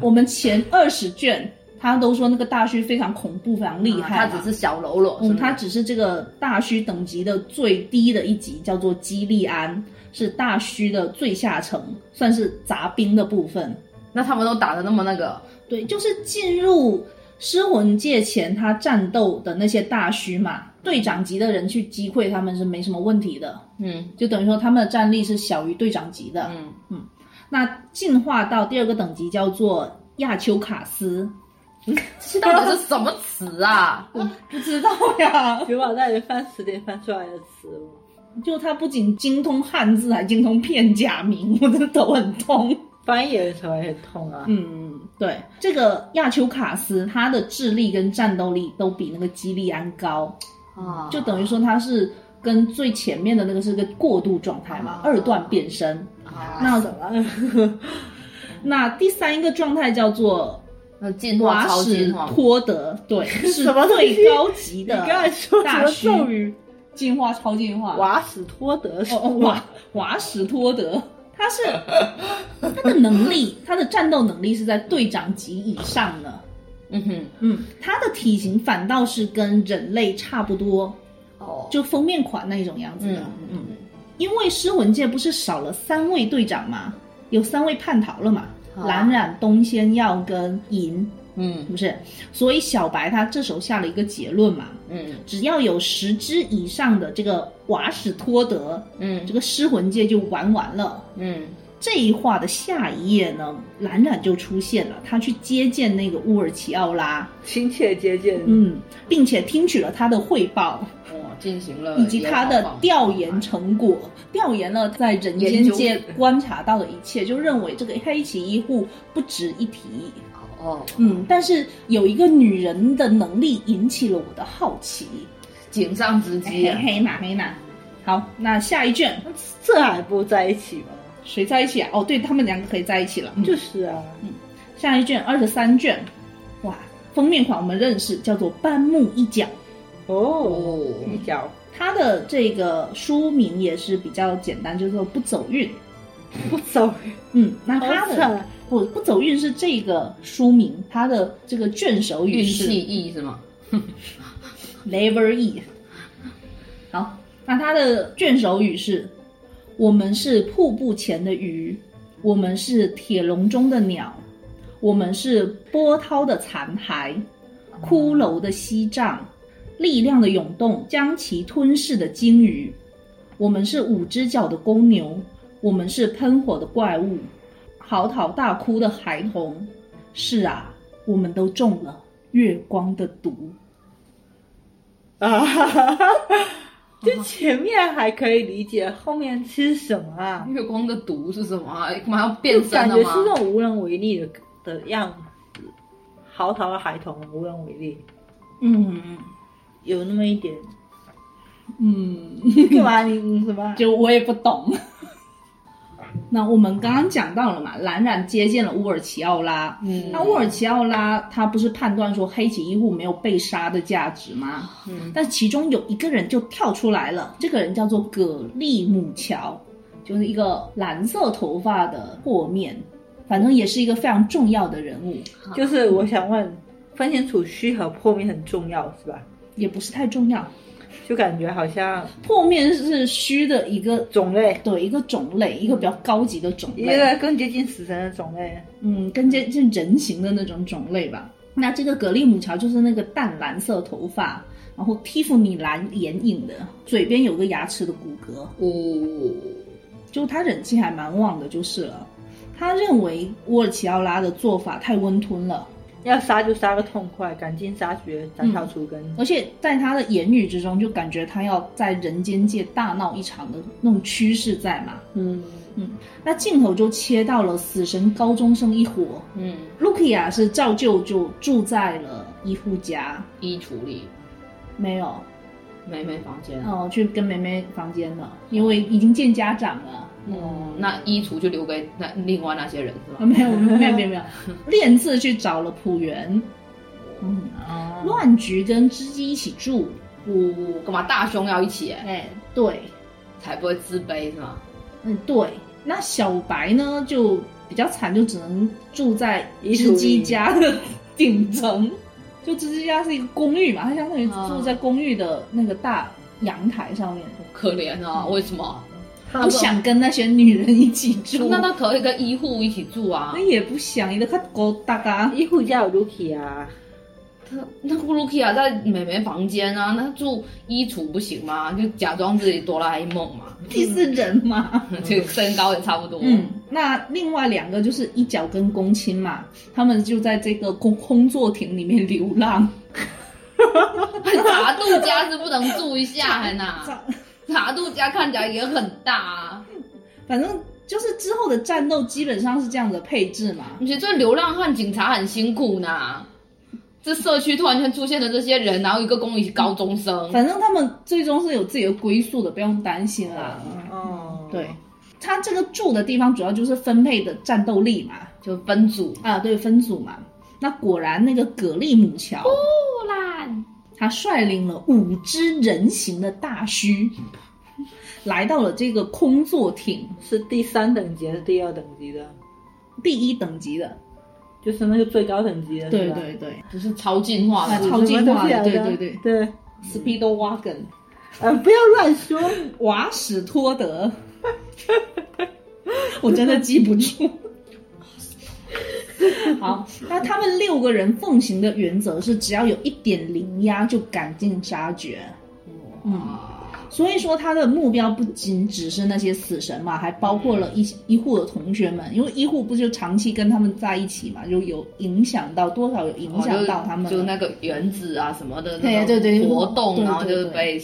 Speaker 2: 我们前二十卷，他都说那个大虚非常恐怖，非常厉害嘛、
Speaker 4: 他只是小喽啰，
Speaker 2: 嗯，
Speaker 4: 是吗
Speaker 2: 它只是这个大虚等级的最低的一级，叫做基利安，是大虚的最下层，算是杂兵的部分。
Speaker 4: 那他们都打的那么那个，
Speaker 2: 对，就是进入尸魂界前，他战斗的那些大虚嘛，队长级的人去击溃他们是没什么问题的，
Speaker 4: 嗯
Speaker 2: 就等于说他们的战力是小于队长级的。
Speaker 4: 嗯，
Speaker 2: 那进化到第二个等级叫做亚丘卡斯，
Speaker 4: 这到底是什么词 啊？
Speaker 2: 不知道呀，
Speaker 1: 学宝在里翻词典翻出来的词哦，
Speaker 2: 就他不仅精通汉字，还精通片假名，我真的头很痛。
Speaker 1: 翻译的时候也很痛啊。
Speaker 2: 嗯，对，这个亚丘卡斯他的智力跟战斗力都比那个基利安高，
Speaker 4: 啊
Speaker 3: 哦
Speaker 1: 啊
Speaker 2: 就等于说他是跟最前面的那个是个过渡状态嘛，
Speaker 1: 啊
Speaker 2: 二段变身。
Speaker 3: 啊
Speaker 2: 那
Speaker 1: 怎么？
Speaker 2: 那第三一个状态叫做
Speaker 4: 那进化
Speaker 2: 瓦
Speaker 4: 超
Speaker 2: 什
Speaker 4: 进化吗，
Speaker 2: 托德， 对，是
Speaker 1: 什么东西
Speaker 2: 最高级
Speaker 1: 你
Speaker 2: 的
Speaker 1: 刚才说什
Speaker 2: 大
Speaker 1: 么
Speaker 2: 虚
Speaker 1: 咒语？
Speaker 2: 进化超进化。
Speaker 1: 瓦史托德是
Speaker 2: 哦哦瓦瓦什托德，他是他的能力，他的战斗能力是在队长级以上的。
Speaker 4: 嗯哼，
Speaker 2: 嗯，他的体型反倒是跟人类差不多，
Speaker 3: 哦，
Speaker 2: 就封面款那一种样子的。
Speaker 4: 嗯
Speaker 2: 嗯，因为诗文界不是少了三位队长嘛，有三位叛逃了嘛，
Speaker 3: 啊
Speaker 2: 蓝染、东仙耀跟银，是
Speaker 4: 嗯
Speaker 2: 不是？所以小白他这时候下了一个结论嘛，
Speaker 4: 嗯
Speaker 2: 只要有十只以上的这个瓦史托德，这
Speaker 4: 嗯
Speaker 2: 个诗魂界就玩完了。
Speaker 4: 嗯，
Speaker 2: 这一话的下一页呢，蓝染就出现了，他去接见那个乌尔齐奥拉，
Speaker 1: 亲切接近，
Speaker 2: 嗯，并且听取了他的汇报
Speaker 4: 哇，哦进行了
Speaker 2: 以及
Speaker 4: 呃
Speaker 2: 他
Speaker 4: 也
Speaker 2: 的
Speaker 4: 好棒
Speaker 2: 调研成果，调研了在人间界
Speaker 4: 研
Speaker 2: 观察到的一切，就认为这个黑崎一护不值一提。
Speaker 4: 哦，
Speaker 2: 嗯，但是有一个女人的能力引起了我的好奇，
Speaker 4: 井上直
Speaker 2: 嘿
Speaker 4: 击啊，
Speaker 2: 嘿哪嘿哪。好，那下一卷
Speaker 1: 这还不在一起吗？
Speaker 2: 谁在一起啊？哦，对他们两个可以在一起了。就
Speaker 1: 就是啊，
Speaker 2: 下一卷二十三卷，哇，封面款我们认识，叫做班木一角。
Speaker 1: 哦，
Speaker 4: 哦，
Speaker 1: 一脚
Speaker 2: 他的这个书名也是比较简单，就是说不走运。
Speaker 1: 不走，
Speaker 2: 嗯，那
Speaker 1: 好
Speaker 2: 他的
Speaker 1: 惨，
Speaker 2: 不不走运是这个书名，他的这个卷首语
Speaker 4: 运
Speaker 2: 是
Speaker 4: 气意是吗？
Speaker 2: never e。好，那他的卷首语是：我们是瀑布前的鱼，我们是铁笼中的鸟，我们是波涛的残骸，骷髅的西藏，力量的涌动将其吞噬的鲸鱼，我们是五只脚的公牛，我们是喷火的怪物，嚎啕大哭的孩童。是啊，我们都中了月光的毒。
Speaker 1: 啊， 就前面还可以理解，后面是什么啊？
Speaker 4: 月光的毒是什么啊？干嘛要
Speaker 1: 就
Speaker 4: 变身
Speaker 1: 感
Speaker 4: 了
Speaker 1: 觉是
Speaker 4: 吗？
Speaker 1: 那种无能为力的的样子，嚎啕的孩童无能为力，
Speaker 2: 嗯
Speaker 1: 有那么一点。
Speaker 2: 嗯，
Speaker 1: 干嘛？你你什么？
Speaker 2: 就我也不懂。 那我们刚刚讲到了嘛，蓝染接见了乌尔齐奥拉。
Speaker 4: 嗯
Speaker 2: 那乌尔齐奥拉他不是判断说黑崎一护没有被杀的价值吗？
Speaker 1: 嗯
Speaker 2: 但其中有一个人就跳出来了，这个人叫做葛利姆乔，就是一个蓝色头发的和面，反正也是一个非常重要的人物，
Speaker 1: 就是我想问，分清楚虚和破灭很重要是吧？
Speaker 2: 也不是太重要。
Speaker 1: 就感觉好像
Speaker 2: 破面是虚的一个
Speaker 1: 种类，
Speaker 2: 对一个种类，一个比较高级的种
Speaker 1: 一
Speaker 2: 类。
Speaker 1: 个更接近死神的种类。
Speaker 2: 嗯，跟这这人形的那种种类吧。那这个格利姆乔就是那个淡蓝色头发，然后蒂芙尼蓝眼影的，嘴边有个牙齿的骨骼，
Speaker 4: 哦，
Speaker 2: 就他忍气还蛮旺的，就是了。他认为沃尔奇奥拉的做法太温吞了，
Speaker 1: 要杀就杀个痛快，赶尽杀绝，斩草除根。
Speaker 2: 而且在他的言语之中，就感觉他要在人间界大闹一场的那种趋势在嘛。
Speaker 1: 嗯，
Speaker 2: 那镜头就切到了死神高中生一伙，
Speaker 4: 嗯，
Speaker 2: 露琪亚是照旧就住在了伊夫家，
Speaker 4: 衣橱里，
Speaker 2: 没有
Speaker 4: 妹妹房间。
Speaker 2: 哦，去跟梅梅房间了，因为已经见家长了。
Speaker 4: 哦，那衣橱就留给那另外那些人是
Speaker 2: 啊
Speaker 4: 吧？
Speaker 2: 没有没有没有 没有，练字去找了朴元，嗯，
Speaker 1: 啊，
Speaker 2: 乱局跟织姬一起住，
Speaker 4: 哦，干嘛大胸要一起？哎，
Speaker 2: 哎，对，
Speaker 4: 才不会自卑是吗？
Speaker 2: 嗯对。那小白呢就比较惨，就只能住在
Speaker 1: 衣橱
Speaker 2: 织
Speaker 1: 里
Speaker 2: 姬家的顶层，就织姬家是一个公寓嘛，他相当于住在公寓的那个大阳台上面，
Speaker 4: 好可怜啊，为什么？
Speaker 2: 不想跟那些女人一起住，
Speaker 4: 那他可以跟医护一起住啊
Speaker 2: 那。也不想，伊都较高大家。
Speaker 1: 伊护家有 Lucky 啊，
Speaker 4: 他那布鲁克啊，在美美房间啊，那住衣橱不行吗？就假装自己哆啦 A 梦嘛，
Speaker 2: 第四人嘛。
Speaker 4: 就身高也差不多。
Speaker 2: 嗯，那另外两个就是一角跟公亲嘛，他们就在这个工工作亭里面流浪。
Speaker 4: 茶度家是不能住一下还呐，茶度家看起来也很大啊。
Speaker 2: 反正就是之后的战斗基本上是这样的配置嘛。
Speaker 4: 而且这流浪汉警察很辛苦呢。这社区突然间出现了这些人，然后一个公寓高中生，
Speaker 2: 反正他们最终是有自己的归宿的，不用担心啦。
Speaker 1: 哦，
Speaker 2: 对，他这个住的地方主要就是分配的战斗力嘛，
Speaker 4: 就分组
Speaker 2: 啊，对，分组嘛。那果然那个葛利姆乔，
Speaker 4: 不烂。
Speaker 2: 他率领了五只人形的大须，来到了这个空座艇
Speaker 1: 是第三等级还是第二等级的？
Speaker 2: 第一等级的，
Speaker 1: 就是那个最高等级的，
Speaker 2: 对
Speaker 1: 是吧
Speaker 2: 对对
Speaker 4: 不是超进化
Speaker 2: 啊
Speaker 4: 了，
Speaker 2: 超进化的
Speaker 1: 什么都是有
Speaker 2: 对对对
Speaker 1: 对，
Speaker 2: ，Speedo Wagon
Speaker 1: 呃，不要乱说，
Speaker 2: 瓦史托德， 我真的记不 住。好，那他们六个人奉行的原则是，只要有一点灵压就赶尽杀绝。
Speaker 4: 嗯，
Speaker 2: 所以说，他的目标不仅只是那些死神嘛，还包括了
Speaker 4: 嗯
Speaker 2: 医医护的同学们，因为医护不就长期跟他们在一起嘛，就有影响到多少有影响到他们了、
Speaker 4: 哦就就那个原子啊什么的
Speaker 2: 对
Speaker 4: 那种
Speaker 2: 对对
Speaker 4: 活动，
Speaker 2: 对对
Speaker 4: 然后就是
Speaker 2: 对
Speaker 4: 被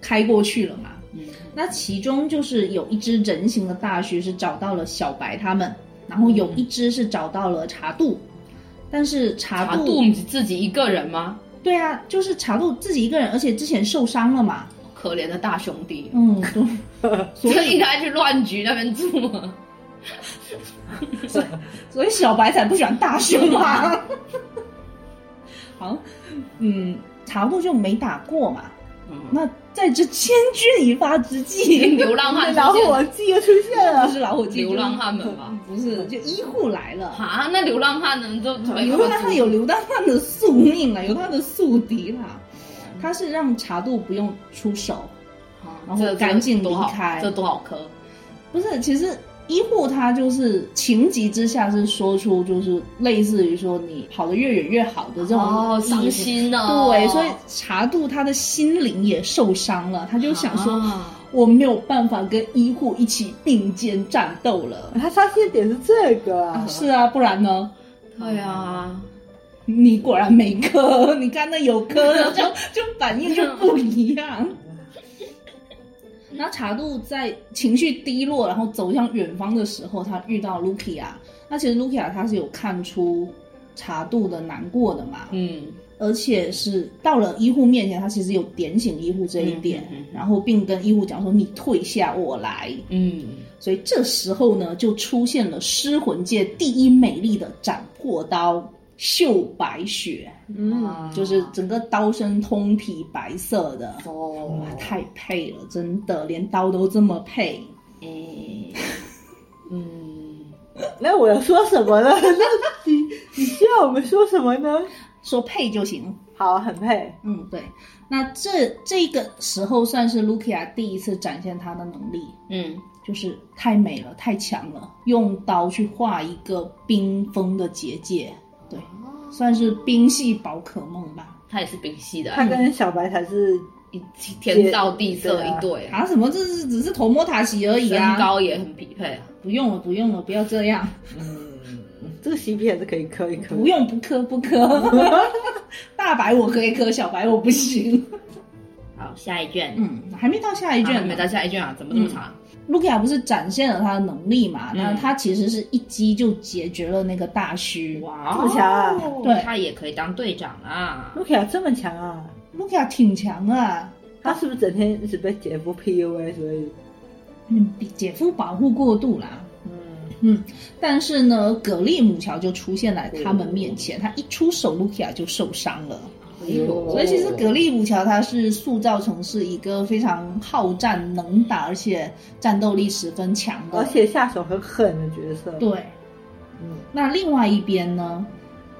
Speaker 2: 开过去了嘛。
Speaker 4: 嗯
Speaker 2: 那其中就是有一只人形的大须是找到了小白他们，然后有一只是找到了茶度，但是茶
Speaker 4: 查
Speaker 2: 度
Speaker 4: 杜你自己一个人吗？
Speaker 2: 对啊，就是茶度自己一个人，而且之前受伤了嘛，
Speaker 4: 可怜的大兄弟，
Speaker 2: 嗯， 对，所
Speaker 4: 就
Speaker 2: 以
Speaker 4: 应该去乱局那边住 啊。
Speaker 2: 所以小白才不喜欢大 胸嘛。好，嗯，茶布就没打过嘛。
Speaker 4: 嗯，
Speaker 2: 那在这千钧一发之际，
Speaker 4: 流浪汉
Speaker 1: 老
Speaker 4: 出现
Speaker 1: 伙计又出现
Speaker 2: 不
Speaker 1: 了，
Speaker 2: 是老虎机，
Speaker 4: 流浪汉们吧？
Speaker 2: 不是，就医护来了。
Speaker 4: 啊，那流浪汉呢？就没
Speaker 2: 流浪汉有流浪汉的宿命啊，有他的宿敌啦。他是让茶度不用出手，
Speaker 4: 啊
Speaker 2: 然后
Speaker 4: 这
Speaker 2: 赶紧
Speaker 4: 这多好
Speaker 2: 离开
Speaker 4: 这多好磕。
Speaker 2: 不是，其实医护他就是情急之下是说出就是类似于说你跑得越远越好的这种
Speaker 4: 哦，伤
Speaker 2: 意思
Speaker 4: 心哦，
Speaker 2: 对，所以茶杜他的心灵也受伤了，他就想说，
Speaker 4: 啊
Speaker 2: 我没有办法跟医护一起并肩战斗了。
Speaker 1: 他伤心点是这个啊，
Speaker 2: 是啊，不然呢？
Speaker 4: 对啊，
Speaker 2: 你果然没科， 你看那有 科的就就反应就不一样。那茶杜在情绪低落，然后走向远方的时候，他遇到 Lukia。那其实 Lukia 他是有看出茶杜的难过的嘛，
Speaker 4: 嗯，
Speaker 2: 而且是到了医护面前，他其实有点醒医护这一点，
Speaker 4: 嗯嗯嗯嗯
Speaker 2: 然后并跟医护讲说：“你退下，我来。”
Speaker 4: 嗯，
Speaker 2: 所以这时候呢，就出现了失魂界第一美丽的斩破刀秀白雪，
Speaker 1: 嗯，
Speaker 4: 啊
Speaker 2: 就是整个刀身通体白色的，
Speaker 4: 哦
Speaker 2: 哇，，太配了，真的，连刀都这么配。
Speaker 4: 诶，嗯，
Speaker 1: 那我要说什么呢？ 那你你需要我们说什么呢？
Speaker 2: 说配就行，
Speaker 1: 好，很配，
Speaker 2: 嗯，对。那这这个时候算是 Lukia 第一次展现他的能力，
Speaker 3: 嗯，
Speaker 2: 就是太美了，太强了，用刀去画一个冰封的结界，对，算是冰系宝可梦吧。
Speaker 4: 他也是丙系的，
Speaker 1: 他跟小白才是
Speaker 4: 一天造地设一对啊，
Speaker 2: 啊，什么？这是只是头摸塔奇而已
Speaker 4: 身
Speaker 2: 啊！
Speaker 4: 高也很匹配啊，
Speaker 2: 不用了，不用了，不要这样，
Speaker 1: 这个 CP 也是可以磕一磕，
Speaker 2: 不用不磕 不磕。大白我可以磕，小白我不行。
Speaker 3: 好，下一卷，
Speaker 2: 嗯，还没到下一
Speaker 4: 啊
Speaker 2: 卷
Speaker 4: 没
Speaker 2: 呢。
Speaker 4: 到下一卷啊，怎么这么长？
Speaker 2: 卢卡不是展现了他的能力嘛？那
Speaker 4: 嗯
Speaker 2: 他其实是一击就解决了那个大虚。
Speaker 4: 哇哦
Speaker 1: 这么强啊
Speaker 2: 对
Speaker 4: 他也可以当队长啊，
Speaker 1: 卢卡这么强啊，
Speaker 2: 卢卡挺强啊，
Speaker 1: 他是不是整天一直被姐夫 PUA？所以，
Speaker 2: 嗯，姐夫保护过度啦。
Speaker 1: 嗯，
Speaker 2: 但是呢，葛利姆乔就出现在他们面
Speaker 4: 哦
Speaker 2: 前，他一出手，卢卡就受伤了。
Speaker 4: 哎呦
Speaker 2: 所以其实格利姆乔他是塑造成是一个非常好战、能打，而且战斗力十分强的。
Speaker 1: 而且下手很狠的角色，
Speaker 2: 对，
Speaker 1: 嗯，
Speaker 2: 那另外一边呢，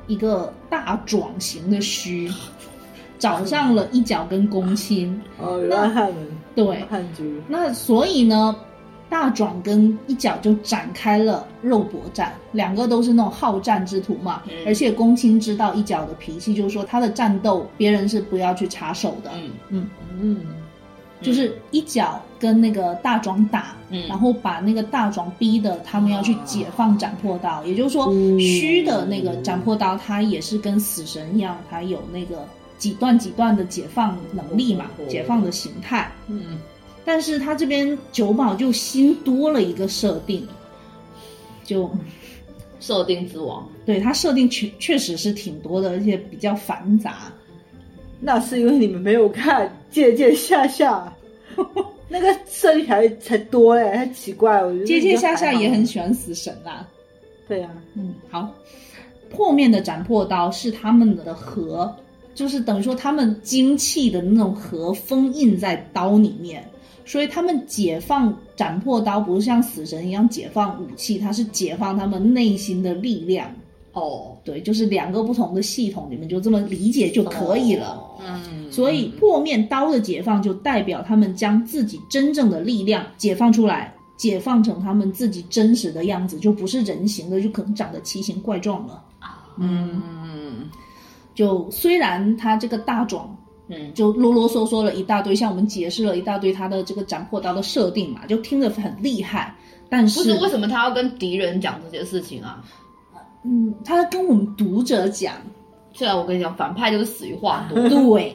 Speaker 2: 一个大壮型的虚，找上了一脚跟公 亲。
Speaker 1: 哦，流浪汉人，
Speaker 2: 对
Speaker 1: 流浪，汉局，
Speaker 2: 那所以呢，大壮跟一脚就展开了肉搏战，两个都是那种好战之徒嘛。
Speaker 4: 嗯
Speaker 2: 而且公卿知道一脚的脾气，就是说他的战斗别人是不要去插手的。
Speaker 4: 嗯
Speaker 1: 嗯，
Speaker 2: 就是一脚跟那个大壮打，
Speaker 4: 嗯
Speaker 2: 然后把那个大壮逼的他们要去解放斩破刀，也就是说
Speaker 1: 啊嗯
Speaker 2: 虚的那个斩破刀，它也是跟死神一样，它有那个几段几段的解放能力嘛，
Speaker 1: 哦
Speaker 2: 解放的形态。
Speaker 1: 嗯，
Speaker 2: 但是他这边九宝就新多了一个设定，就
Speaker 4: 设定之王，
Speaker 2: 对他设定确确实是挺多的，而且比较繁杂。
Speaker 1: 那是因为你们没有看借鉴下下。那个设定才才多嘞，太奇怪了。我觉得
Speaker 2: 接界下下也很
Speaker 1: 就
Speaker 2: 喜欢死神啦、
Speaker 1: 还好对啊，
Speaker 2: 嗯，好。破面的斩破刀是他们的核，就是等于说他们精气的那种核封印在刀里面，所以他们解放斩破刀不是像死神一样解放武器，它是解放他们内心的力量。
Speaker 4: 哦，
Speaker 2: 对，就是两个不同的系统，你们就这么理解就可以了。
Speaker 4: 嗯，
Speaker 2: 所以破面刀的解放就代表他们将自己真正的力量解放出来，解放成他们自己真实的样子，就不是人形的，就可能长得奇形怪状了。
Speaker 4: 啊嗯
Speaker 2: 就虽然他这个大壮
Speaker 4: 嗯
Speaker 2: 就啰啰嗦嗦了一大堆，向我们解释了一大堆他的这个斩破刀的设定嘛，就听着很厉害，但
Speaker 4: 不
Speaker 2: 是
Speaker 4: 是为什么他要跟敌人讲这些事情啊？
Speaker 2: 嗯，他跟我们读者讲，
Speaker 4: 虽然我跟你讲，反派就是死于话 多，
Speaker 2: 对，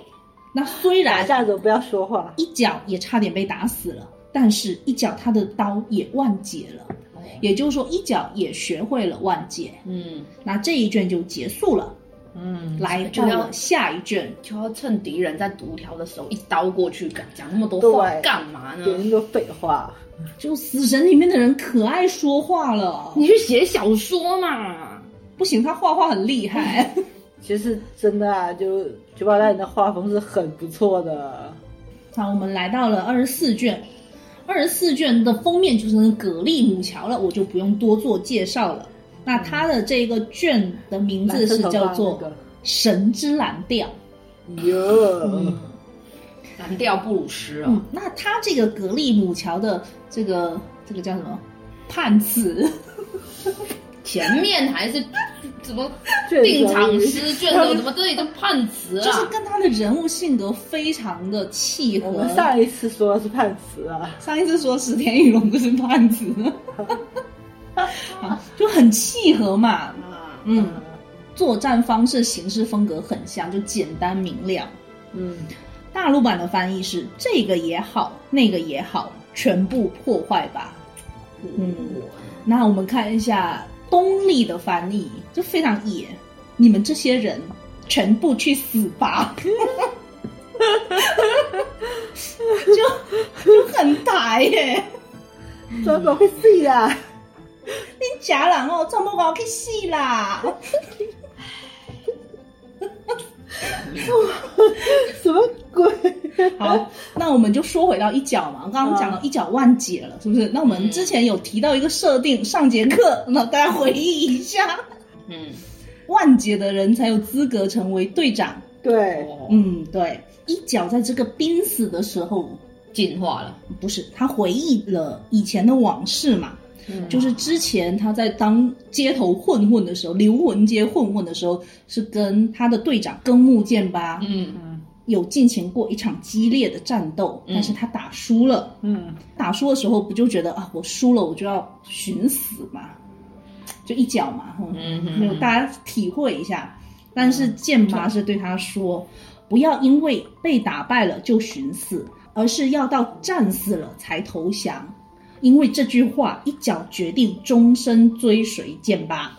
Speaker 2: 那虽
Speaker 1: 打
Speaker 2: 然
Speaker 1: 架的时候不要说话，
Speaker 2: 一脚也差点被打死了，但是一脚他的刀也万解了，也就是说一脚也学会了万解。
Speaker 4: 嗯，
Speaker 2: 那这一卷就结束了，
Speaker 1: 嗯，
Speaker 2: 来
Speaker 4: 就
Speaker 2: 到
Speaker 4: 要
Speaker 2: 了下一卷，
Speaker 4: 就要趁敌人在独条的时候一刀过去，敢讲那么多话
Speaker 1: 对
Speaker 4: 干嘛呢
Speaker 1: 别？人都废话，
Speaker 2: 就死神里面的人可爱说话了，
Speaker 4: 你去写小说嘛，
Speaker 2: 不行，他画画很厉害。
Speaker 1: 其实真的啊，就九宝大人的画风是很不错的。
Speaker 2: 好，我们来到了二十四卷，二十四卷的封面就是那个葛利姆桥了，我就不用多做介绍了。那它的这个卷的名字是叫做《神之蓝调》。
Speaker 1: 哟，
Speaker 2: 嗯
Speaker 4: 蓝调布鲁斯啊，
Speaker 1: 嗯
Speaker 2: 嗯，那它这个格利姆桥的这个这个叫什么判词，
Speaker 1: 啊
Speaker 4: 前面还是 怎么
Speaker 1: 卷轴
Speaker 4: 定场
Speaker 1: 语
Speaker 4: 诗卷轴，怎么这里都判词啊了？
Speaker 2: 就是跟他的人物性格非常的契
Speaker 1: 我
Speaker 2: 合
Speaker 1: 们。上一次说的是判词啊，
Speaker 2: 上一次说石田雨龙不是判词， 啊就很契合嘛。
Speaker 4: 啊
Speaker 2: 嗯，作战方式、行事风格很像，就简单明了。
Speaker 1: 嗯，
Speaker 2: 大陆版的翻译是这个也好，那个也好，全部破坏吧。嗯，那我们看一下东立的翻译，就非常野，你们这些人全部去死吧， 就就很台耶、
Speaker 1: 专门会死啊，
Speaker 2: 你假人哦，全部我去死啦！
Speaker 1: 什么鬼？
Speaker 2: 好，那我们就说回到一角嘛，刚刚讲到一角万解了，是不是？那我们之前有提到一个设定，上节课，那大家回忆一下，
Speaker 4: 嗯，
Speaker 2: 万解的人才有资格成为队长。
Speaker 1: 对，
Speaker 4: 哦，
Speaker 2: 嗯，对，一角在这个濒死的时候，
Speaker 4: 进化了，
Speaker 2: 不是他回忆了以前的往事嘛，
Speaker 1: 嗯
Speaker 2: 就是之前他在当街头混混的时候，流魂街混混的时候，是跟他的队长根木剑吧，
Speaker 4: 嗯
Speaker 2: 有进行过一场激烈的战斗，
Speaker 4: 嗯
Speaker 2: 但是他打输了。
Speaker 1: 嗯，
Speaker 2: 打输的时候不就觉得啊，我输了我就要寻死嘛，就一脚嘛，
Speaker 4: 嗯
Speaker 2: 没有
Speaker 4: 哼，
Speaker 2: 大家体会一下。但是剑妈是对他说，不要因为被打败了就寻死，而是要到战死了才投降，因为这句话一脚决定终身追随剑八。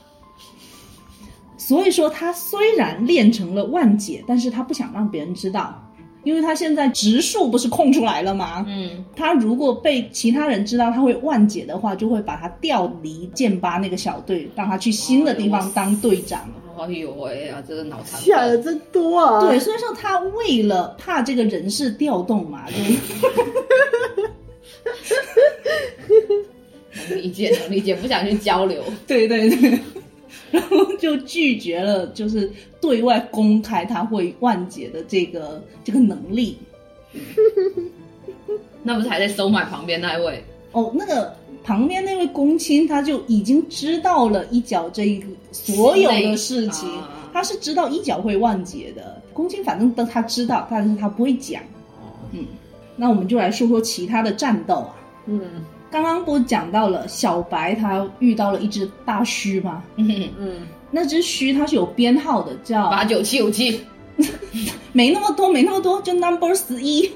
Speaker 2: 所以说，他虽然练成了万解，但是他不想让别人知道，因为他现在植树不是空出来了吗？
Speaker 4: 嗯
Speaker 2: 他如果被其他人知道他会万解的话，就会把他调离剑八那个小队，让他去新的地方当队长。
Speaker 4: 哎呦喂啊，这个脑残
Speaker 1: 想的真多啊，
Speaker 2: 对，所以说他为了怕这个人事调动嘛，就
Speaker 4: 能理解能理解，不想去交流，
Speaker 2: 对对对，然后就拒绝了，就是对外公开他会万解的这个这个能力。
Speaker 4: 那不是还在收买旁边那一位？
Speaker 2: 哦，那个旁边那位公卿他就已经知道了一角这一个所有的事情
Speaker 4: 类啊，
Speaker 2: 他是知道一角会万劫的。公卿反正都他知道，但是他不会讲。嗯
Speaker 4: 哦，
Speaker 2: 那我们就来说说其他的战斗啊。
Speaker 1: 嗯
Speaker 2: 刚刚不是讲到了小白他遇到了一只大须吗？
Speaker 4: 嗯，
Speaker 1: 嗯，
Speaker 2: 那只须它是有编号的，叫
Speaker 4: 八九七五七，
Speaker 2: 没那么多，没那么多，就 number 十一。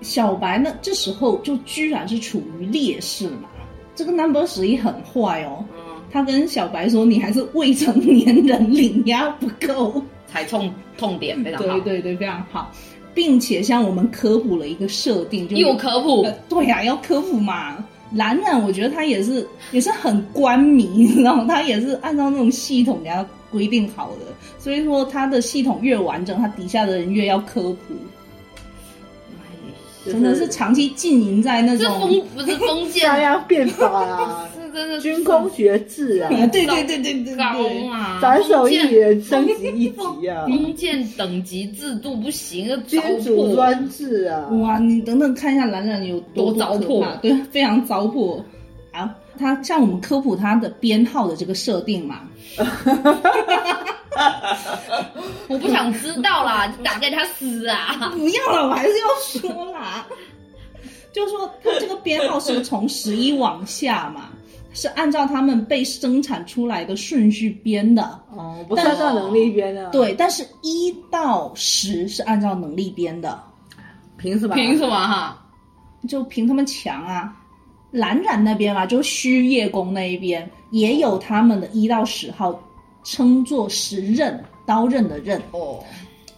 Speaker 2: 小白呢，这时候就居然是处于劣势嘛。这个 number 十一很坏哦，
Speaker 4: 嗯，
Speaker 2: 他跟小白说：“你还是未成年人，领压不够。
Speaker 4: 踩痛痛点非”常好，
Speaker 2: 对嗯对对，非常好，并且向我们科普了一个设定，就是
Speaker 4: 又科普
Speaker 2: 呃，对呀、要科普嘛。兰兰，我觉得她也是也是很官迷，你知道吗？她也是按照那种系统给她规定好的，所以说她的系统越完整，她底下的人越要科普，
Speaker 1: 就
Speaker 2: 真的是长期浸淫在那
Speaker 4: 这
Speaker 2: 种。
Speaker 4: 封不是封建，
Speaker 1: 商，鞅变法啊
Speaker 4: 是真的
Speaker 1: 哎 军工学制 啊，
Speaker 2: 对对对对对对
Speaker 4: 高
Speaker 2: 对，
Speaker 4: 啊，
Speaker 1: 斩首一
Speaker 4: 封建
Speaker 1: 人升级一级 啊，
Speaker 4: 封建等级制度不行，这糟
Speaker 1: 君主
Speaker 4: 粕
Speaker 1: 专制啊，
Speaker 2: 哇！你等等看一下兰兰有
Speaker 4: 多糟
Speaker 2: 可怕
Speaker 4: 粕
Speaker 2: 对，非常糟粕。好，她向我们科普她的编号的这个设定嘛，
Speaker 4: 我不想知道啦，打给他死 啊！
Speaker 2: 不要了，我还是要说啦， 就说它这个编号是从十一往下嘛，是按照他们被生产出来的顺序编的。
Speaker 1: 哦，不是按照能力啊编的，，
Speaker 2: 对，但是一到十是按照能力编的，
Speaker 1: 凭什么？
Speaker 4: 凭什么哈？
Speaker 2: 就凭他们强啊。蓝染那边嘛，就是虚叶宫那一边也有他们的一到十号，称作十刃，刀刃的刃。
Speaker 4: 哦，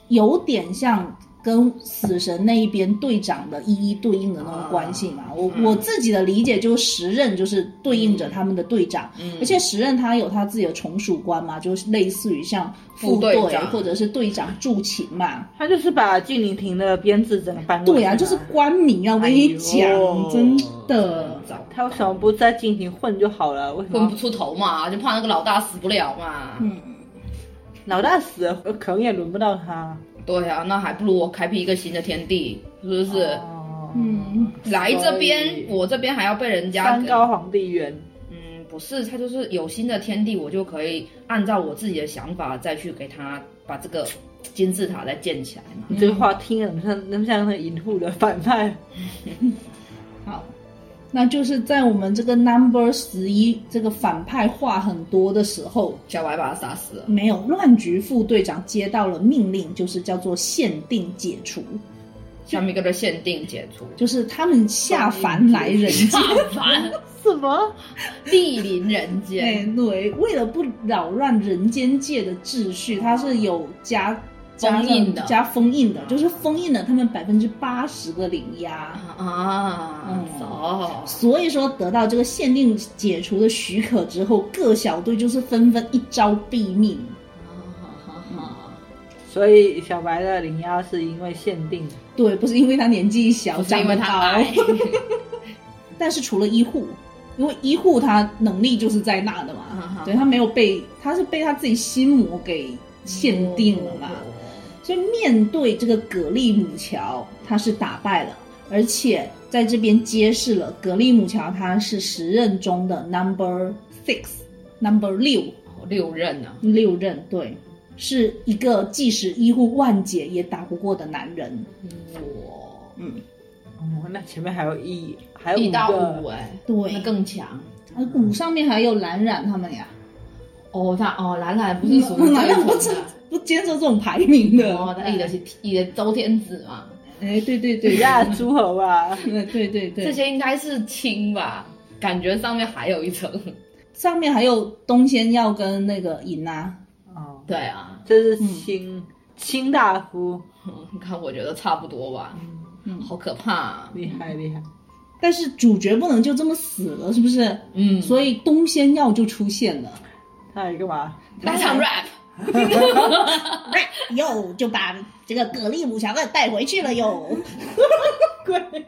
Speaker 2: 有点像跟死神那一边队长的一一对应的那种关系嘛。我
Speaker 4: 嗯
Speaker 2: 我自己的理解就是时任就是对应着他们的队长，
Speaker 4: 嗯
Speaker 2: 而且时任他有他自己的从属官嘛，就是类似于像
Speaker 4: 副
Speaker 2: 副
Speaker 4: 队
Speaker 2: 队
Speaker 4: 长
Speaker 2: 或者是队长助勤嘛。
Speaker 1: 他就是把静灵亭的编制整个搬过
Speaker 2: 对
Speaker 1: 来
Speaker 2: 啊，就是官民啊，我跟你讲
Speaker 1: 哎呦，
Speaker 2: 真的。
Speaker 4: 糟
Speaker 1: 他为什么不在静庭混就好了？为什
Speaker 4: 混
Speaker 1: 么
Speaker 4: 不出头嘛，就怕那个老大死不了嘛。
Speaker 2: 嗯，
Speaker 1: 老大死了，可能也轮不到他？
Speaker 4: 对啊，那还不如我开辟一个新的天地，是不是？
Speaker 1: 哦
Speaker 2: 嗯，
Speaker 4: 来这
Speaker 1: 所以
Speaker 4: 边，我这边还要被人家
Speaker 1: 山高皇帝远，
Speaker 4: 嗯不是，他就是有新的天地，我就可以按照我自己的想法再去给他把这个金字塔再建起来嘛。
Speaker 2: 嗯
Speaker 1: 你这话听着，像那么像那个银护的反派？
Speaker 2: 好，那就是在我们这个 number 十一这个反派话很多的时候，
Speaker 4: 小白把他杀死了，
Speaker 2: 没有乱局副队长接到了命令，就是叫做限定解除，
Speaker 4: 下面一个叫限定解除。
Speaker 2: 就是 他们下凡来人间。
Speaker 4: 嗯凡
Speaker 1: 什么？
Speaker 4: 地灵人
Speaker 2: 哎，
Speaker 4: 间，
Speaker 2: 对，为了不扰乱人间界的秩序，它是有加加
Speaker 4: 封印的
Speaker 2: 加封印的，就是封印了他们百分之八十的灵压。
Speaker 4: 啊，走，
Speaker 2: 所以说，得到这个限定解除的许可之后，各小队就是纷纷一招毙命。
Speaker 1: 所以小白的零幺是因为限定，
Speaker 2: 对，不是因为他年纪小，
Speaker 4: 不是
Speaker 2: 长
Speaker 4: 因为
Speaker 2: 得
Speaker 4: 他
Speaker 2: 高
Speaker 4: 矮，，
Speaker 2: 但是除了医护，因为医护他能力就是在那的
Speaker 4: 嗯
Speaker 2: 嘛，
Speaker 4: 哼
Speaker 2: 对他没有被，他是被他自己心魔给限定了嘛。
Speaker 4: 嗯
Speaker 2: 所以面对这个格利姆桥，他是打败了，而且在这边揭示了格利姆桥他是时任中的 number six number 六
Speaker 4: 六任啊，
Speaker 2: 六任，对，是一个即使医护万劫也打不过的男
Speaker 4: 嗯
Speaker 2: 人。
Speaker 4: 哇，
Speaker 2: 嗯，
Speaker 1: 哦，那前面还有一，还有
Speaker 4: 一到
Speaker 1: 个
Speaker 4: 五哎，
Speaker 2: 对
Speaker 4: 那更强。
Speaker 2: 而鼓啊上面还有蓝染他们呀，
Speaker 4: 哦，他哦，兰兰不是属于
Speaker 2: 蓝染嗯不
Speaker 4: 这
Speaker 2: 是
Speaker 4: 种
Speaker 2: 不接受这种排名
Speaker 4: 的，
Speaker 2: 的。
Speaker 4: 哦，他伊的是伊的周天子嘛，
Speaker 2: 哎，对对
Speaker 1: 比
Speaker 2: 对，
Speaker 1: 亚诸侯啊，
Speaker 2: 对对对对，
Speaker 4: 这些应该是亲吧，感觉上面还有一层。
Speaker 2: 上面还有东仙药跟那个银啊，
Speaker 1: 哦，
Speaker 4: 对啊，
Speaker 1: 这是卿卿大夫，
Speaker 4: 嗯你看，我觉得差不多吧，
Speaker 2: 嗯
Speaker 4: 好可怕、啊，
Speaker 1: 厉害厉害，
Speaker 2: 但是主角不能就这么死了，是不是？
Speaker 4: 嗯，
Speaker 2: 所以东仙药就出现了，
Speaker 1: 他还干嘛？
Speaker 4: 来场 rap，啊
Speaker 2: 哟，哎就把这个蛤蜊母强给带回去了哟。
Speaker 1: 鬼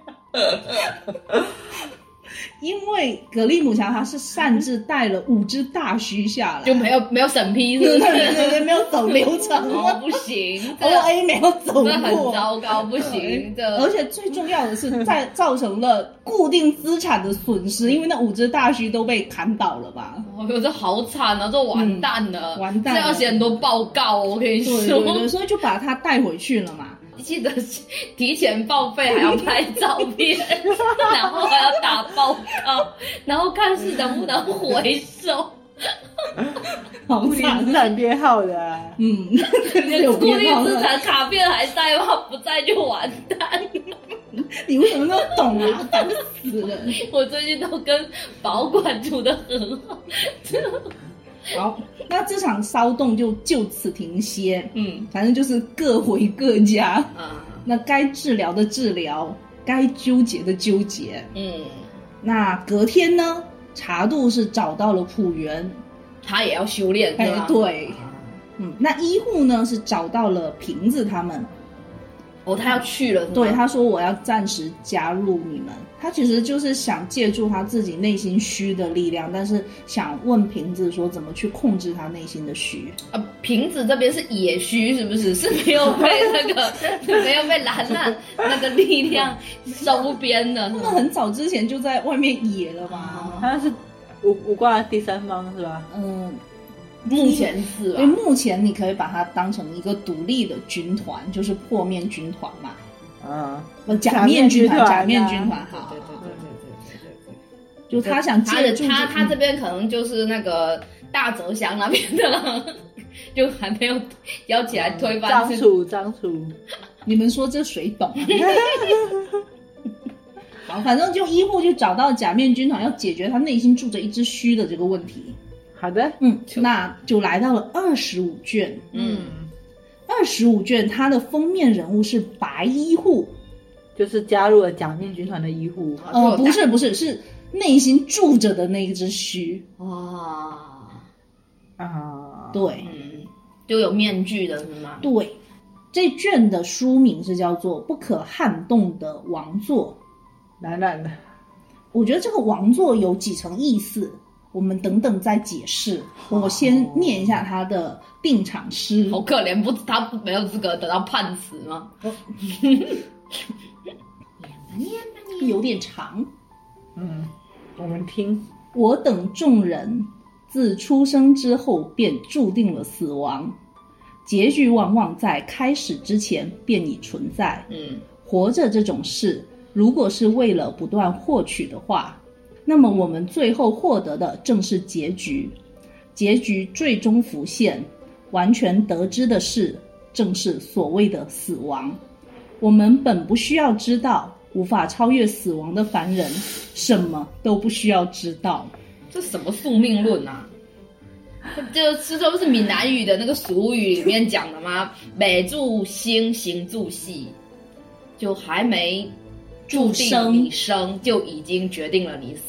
Speaker 2: 因为蛤蜊母强他是擅自带了五只大须下来，
Speaker 4: 就没有没有审批，是
Speaker 2: 对
Speaker 4: 不
Speaker 2: 对对
Speaker 4: 是？
Speaker 2: 对 对没有走流程哎
Speaker 4: 哦，不行， 这
Speaker 2: ，O A 没有走
Speaker 4: 这很
Speaker 2: 过。
Speaker 4: 糟糕，不行，这
Speaker 2: 哎而且最重要的是，在造成了固定资产的损失，因为那五只大须都被砍倒了吧？
Speaker 4: 我觉得哦这好惨啊，这完蛋了，
Speaker 2: 嗯完蛋了
Speaker 4: 这要写很多报告，我跟你
Speaker 2: 对对对，
Speaker 4: 说，
Speaker 2: 所以就把它带回去了嘛。
Speaker 4: 记得 提前报备，还要拍照 片，然后还要打报告，然后看是能不能回收，
Speaker 2: 好
Speaker 1: 固定
Speaker 2: 惨
Speaker 1: 资，产编号的啊、
Speaker 2: 嗯， 有
Speaker 4: 固
Speaker 2: 编
Speaker 4: 定
Speaker 2: 号
Speaker 4: 资
Speaker 2: 的。
Speaker 4: 产卡片还在吗？不在就完蛋。
Speaker 2: 你为什么那么懂啊？烦死了！
Speaker 4: 我最近都跟保管处的很好，
Speaker 2: 好，那这场骚动就就此停歇，
Speaker 4: 嗯
Speaker 2: 反正就是各回各家。
Speaker 4: 啊，
Speaker 2: 那该治疗的治疗，该纠结的纠结。
Speaker 4: 嗯，
Speaker 2: 那隔天呢，茶度是找到了浦原，
Speaker 4: 他也要修炼，
Speaker 2: 哎
Speaker 4: 是吧？
Speaker 2: 对
Speaker 4: 啊
Speaker 2: 嗯，那医护呢是找到了瓶子他们，
Speaker 4: 哦，他要去了，是吗
Speaker 2: 对，他说我要暂时加入你们。他其实就是想借助他自己内心虚的力量，但是想问瓶子说怎么去控制他内心的虚。
Speaker 4: 啊，瓶子这边是野区，是不是？是没有被那 个没有被兰兰那个力量收编的，是
Speaker 2: 他们
Speaker 4: 吗？
Speaker 2: 很早之前就在外面野了嘛，
Speaker 4: 哦
Speaker 1: 好像是无无挂第三方是吧？
Speaker 2: 嗯，
Speaker 4: 目前是吧
Speaker 2: 因为？目前你可以把它当成一个独立的军团，就是破面军团嘛，
Speaker 1: 嗯，
Speaker 2: 呃，假面军团，假
Speaker 1: 假面
Speaker 2: 面
Speaker 1: 军
Speaker 2: 军
Speaker 1: 团
Speaker 2: 团，
Speaker 1: 啊
Speaker 2: 好，
Speaker 4: 对对对对对对
Speaker 2: 就他想
Speaker 4: 他的
Speaker 2: 借助
Speaker 4: 他他这
Speaker 2: 嗯
Speaker 4: 边可能就是那个大泽乡那边的啦， 就还没有邀起来推翻
Speaker 1: 张
Speaker 4: 是
Speaker 1: 楚张楚，
Speaker 2: 你们说这谁懂啊？ 好，反正就医护就找到假面军团，要解决他内心住着一只虚的这个问题。
Speaker 1: 好的，
Speaker 2: 嗯，那就来到了二十五卷。
Speaker 4: 嗯，
Speaker 2: 二十五卷它的封面人物是白医护，
Speaker 1: 就是加入了假面军团的医护，
Speaker 4: 哦
Speaker 2: 呃，不是不是，是内心住着的那一只虚。
Speaker 4: 嗯哇，
Speaker 1: 啊，
Speaker 2: 对，
Speaker 4: 嗯，就有面具的是吗？
Speaker 2: 对，这卷的书名是叫做《不可撼动的王座
Speaker 1: 懒懒的，》。
Speaker 2: 我觉得这个王座有几层意思，我们等等再解释。我先念一下它的定场诗。
Speaker 4: 好可怜，不，他不没有资格得到判词吗？
Speaker 2: 有点长。
Speaker 1: 嗯，我们听
Speaker 2: 我等众人自出生之后便注定了死亡，结局往往在开始之前便已存在。
Speaker 4: 嗯，
Speaker 2: 活着这种事，如果是为了不断获取的话，那么我们最后获得的正是结局。结局最终浮现，完全得知的是，正是所谓的死亡。我们本不需要知道，无法超越死亡的凡人，什么都不需要知道。
Speaker 4: 这什么宿命论啊？这这这不是闽南语的那个俗语里面讲的吗？美住星，行住戏，就还没注定你生，就已经决定了你死。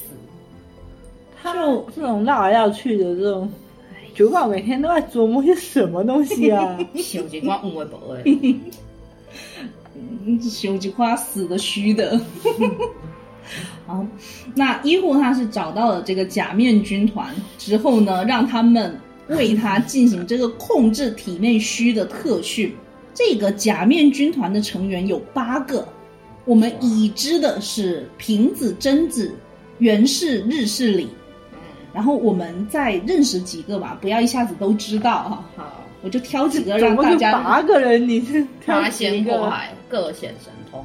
Speaker 1: 他们这种绕来绕去的这种酒保，每天都在琢磨些什么东西啊？
Speaker 4: 小情况误会不 会？
Speaker 2: 熊吉嗯花死的虚的。 好，那医护他是找到了这个假面军团之后呢，让他们为他进行这个控制体内虚的特训。这个假面军团的成员有八个，我们已知的是平子真子、源氏、日式里，然后我们再认识几个吧，不要一下子都知道哈。
Speaker 4: 好，
Speaker 2: 我就挑几
Speaker 1: 总
Speaker 2: 个哎让
Speaker 1: 共
Speaker 2: 大
Speaker 1: 就
Speaker 2: 家
Speaker 1: 八个人，你是挑
Speaker 4: 八
Speaker 1: 几
Speaker 4: 仙过
Speaker 1: 个？
Speaker 4: 海，各显神通。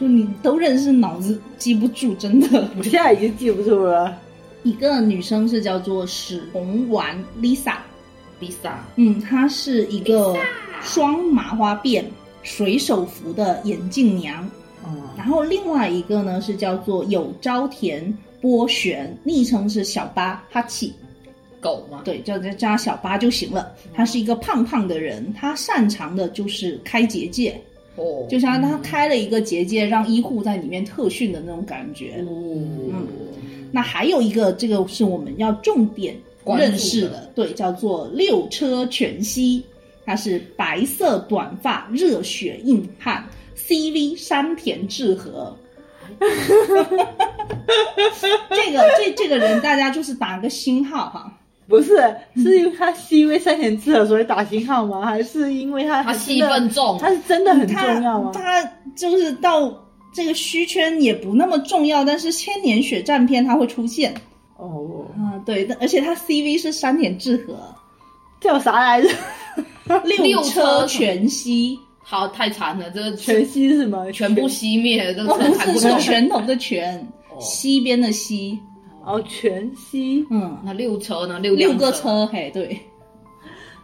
Speaker 2: 就你都认识，脑子记不住，真的。
Speaker 1: 我现在已经记不住了。
Speaker 2: 一个女生是叫做史红丸 Lisa，
Speaker 4: Lisa，
Speaker 2: 嗯，她是一个双麻花辫、水手服的眼镜娘。
Speaker 1: 嗯，
Speaker 2: 然后另外一个呢是叫做有朝田波玄，昵称是小八哈气，
Speaker 4: 狗吗？
Speaker 2: 对，叫叫叫她小八就行了。她是一个胖胖的人，她擅长的就是开结界，
Speaker 4: 哦，
Speaker 2: 就像她开了一个结界，让医护在里面特训的那种感觉。
Speaker 4: 嗯，
Speaker 2: 那还有一个，这个是我们要重点认识
Speaker 4: 关注
Speaker 2: 的，对，叫做六车全息，他是白色短发热血硬汉，CV 山田智和。这个这这个人，大家就是打个星号哈，
Speaker 1: 不是，是因为他是因为三田智和所以打星号吗？还是因为他
Speaker 4: 他
Speaker 1: 真
Speaker 4: 戏
Speaker 1: 的
Speaker 4: 份重，
Speaker 1: 他是真的很重要啊吗？
Speaker 2: 他他就是到这个虚圈也不那么重要，但是千年血战篇他会出现
Speaker 1: 哦，
Speaker 2: 啊、对，但而且他 CV 是山田智和，
Speaker 1: 叫啥来着？
Speaker 4: 车
Speaker 2: 六车全息。
Speaker 4: 好太惨了，这个
Speaker 1: 全息是吗？
Speaker 4: 全部熄灭，这个
Speaker 2: 哦，
Speaker 4: 车
Speaker 2: 不
Speaker 4: 才
Speaker 2: 是，
Speaker 4: 不
Speaker 2: 是
Speaker 4: 动。
Speaker 2: 拳头的拳，
Speaker 4: 哦
Speaker 2: 西边的西，
Speaker 1: 哦，全息
Speaker 2: 嗯，
Speaker 4: 那六车呢？六
Speaker 2: 六
Speaker 4: 辆
Speaker 2: 个，车，嘿，对。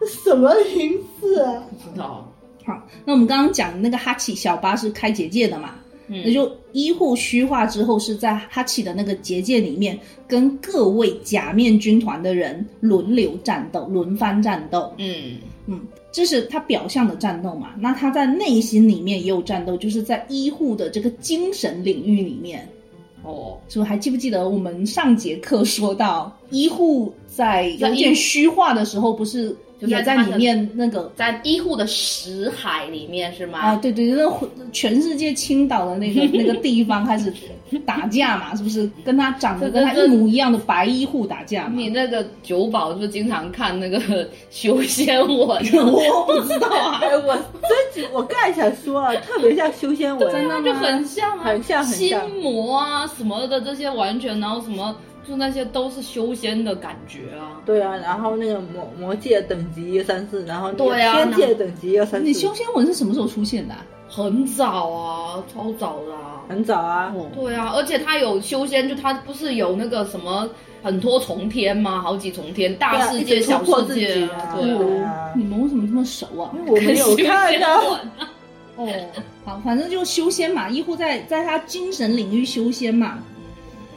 Speaker 1: 这什么名字啊？
Speaker 4: 不知道。
Speaker 2: 好，那我们刚刚讲那个哈奇小巴是开结界的嘛？
Speaker 4: 嗯
Speaker 2: 那就医护虚化之后是在哈奇的那个结界里面，跟各位假面军团的人轮流战斗，轮番战斗。
Speaker 4: 嗯，
Speaker 2: 嗯，这是他表象的战斗嘛？那他在内心里面也有战斗，就是在医护的这个精神领域里面，
Speaker 4: 哦，
Speaker 2: 是不是还记不记得我们上节课说到，医护在有点虚化的时候，不是也在里面那个
Speaker 4: 在医护的识海里面是吗？
Speaker 2: 啊，对对，对那全世界倾倒的 那个那个地方开始打架嘛，是不是跟他长得
Speaker 4: 这
Speaker 2: 跟他
Speaker 4: 这
Speaker 2: 一模一样的白医护打架嘛
Speaker 4: 你？那个九宝是不是经常看那个 修仙文？啊
Speaker 2: 我不知道啊，
Speaker 1: 哎，我这集我刚才想说啊，特别像修仙文，
Speaker 2: 真的
Speaker 4: 就
Speaker 2: 吗？
Speaker 4: 很像啊，
Speaker 1: 很像很
Speaker 4: 心
Speaker 1: 像
Speaker 4: 魔啊什么的这些完全，然后什么就那些都是修仙的感觉啊。
Speaker 1: 对啊，然后那个魔魔界等级一三四，然后那个
Speaker 4: 对啊
Speaker 1: 天界等级一二三四，
Speaker 2: 你修仙文是什么时候出现的啊、
Speaker 4: 很早啊，超早的、啊。
Speaker 1: 很早啊，
Speaker 2: 哦，
Speaker 4: 对啊，而且他有修仙，就他不是有那个什么很多重天吗？好几重天，
Speaker 1: 对
Speaker 4: 大
Speaker 1: 啊
Speaker 4: 世
Speaker 1: 一
Speaker 4: 界、
Speaker 1: 直突
Speaker 4: 小
Speaker 1: 破
Speaker 4: 世
Speaker 1: 自
Speaker 4: 界
Speaker 1: 己啊
Speaker 4: 啊，对啊，
Speaker 1: 对啊
Speaker 2: 你们为什么这么熟啊？
Speaker 1: 因为我没有 看到，
Speaker 2: 哦，好，反正就修仙嘛，医护在在他精神领域修仙嘛，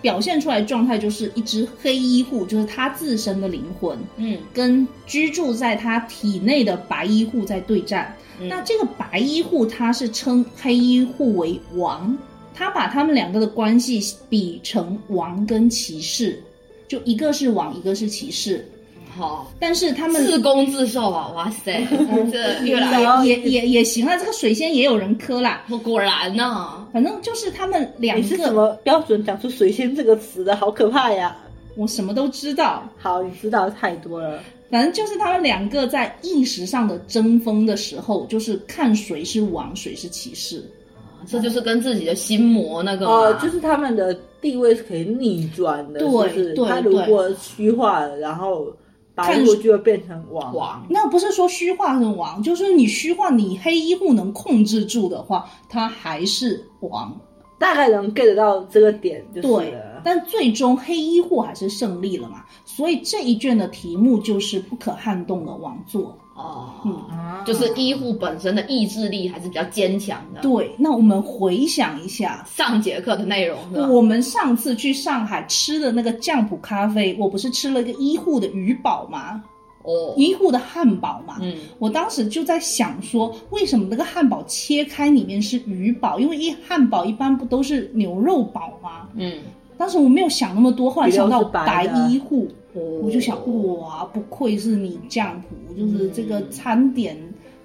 Speaker 2: 表现出来的状态就是一只黑医护，就是他自身的灵魂
Speaker 4: 嗯，
Speaker 2: 跟居住在他体内的白医护在对战。
Speaker 4: 嗯
Speaker 2: 那这个白医护他是称黑医护为王，他把他们两个的关系比成王跟骑士，就一个是王，一个是骑士，
Speaker 4: 好，
Speaker 2: 但是他们
Speaker 4: 自攻自受啊，哇塞，这越来越
Speaker 2: 也也也也行啊，这个水仙也有人磕啦。
Speaker 4: 果然呢、
Speaker 2: 反正就是他们两
Speaker 1: 你是什
Speaker 2: 个，
Speaker 1: 么标准讲出“水仙”这个词的？好可怕呀！
Speaker 2: 我什么都知道。
Speaker 1: 好，你知道太多了。
Speaker 2: 反正就是他们两个在意识上的争锋的时候，就是看谁是王，谁是骑士。
Speaker 4: 啊这就是跟自己的心魔那个
Speaker 2: 啊
Speaker 4: 嘛
Speaker 1: 哦，就是他们的地位是可以逆转的，
Speaker 2: 对
Speaker 1: 就是
Speaker 2: 对
Speaker 1: 他如果虚化了，然后白
Speaker 2: 看
Speaker 1: 鹿就会变成王。
Speaker 4: 王，
Speaker 2: 那不是说虚化成王，就是你虚化你黑衣户能控制住的话，他还是王。
Speaker 1: 大概能 get 到这个点就是
Speaker 2: 对
Speaker 1: 了，
Speaker 2: 但最终黑衣户还是胜利了嘛。所以这一卷的题目就是不可撼动的王座。
Speaker 4: 哦，
Speaker 2: 嗯，
Speaker 1: 啊
Speaker 4: 就是医护本身的意志力还是比较坚强的。
Speaker 2: 对。那我们回想一下，
Speaker 4: 上节课的内容是吧？
Speaker 2: 我们上次去上海吃的那个酱浦咖啡，我不是吃了一个医护的鱼堡吗？
Speaker 4: 哦，
Speaker 2: 医护的汉堡嘛。
Speaker 4: 嗯，
Speaker 2: 我当时就在想说，为什么那个汉堡切开里面是鱼堡？因为一汉堡一般不都是牛肉堡吗？
Speaker 4: 嗯，
Speaker 2: 当时我没有想那么多，后来想到
Speaker 1: 比较是白
Speaker 2: 白
Speaker 1: 的啊
Speaker 2: 医护，
Speaker 4: 我
Speaker 2: 我就想，哇，不愧是你酱谱，就是这个餐点、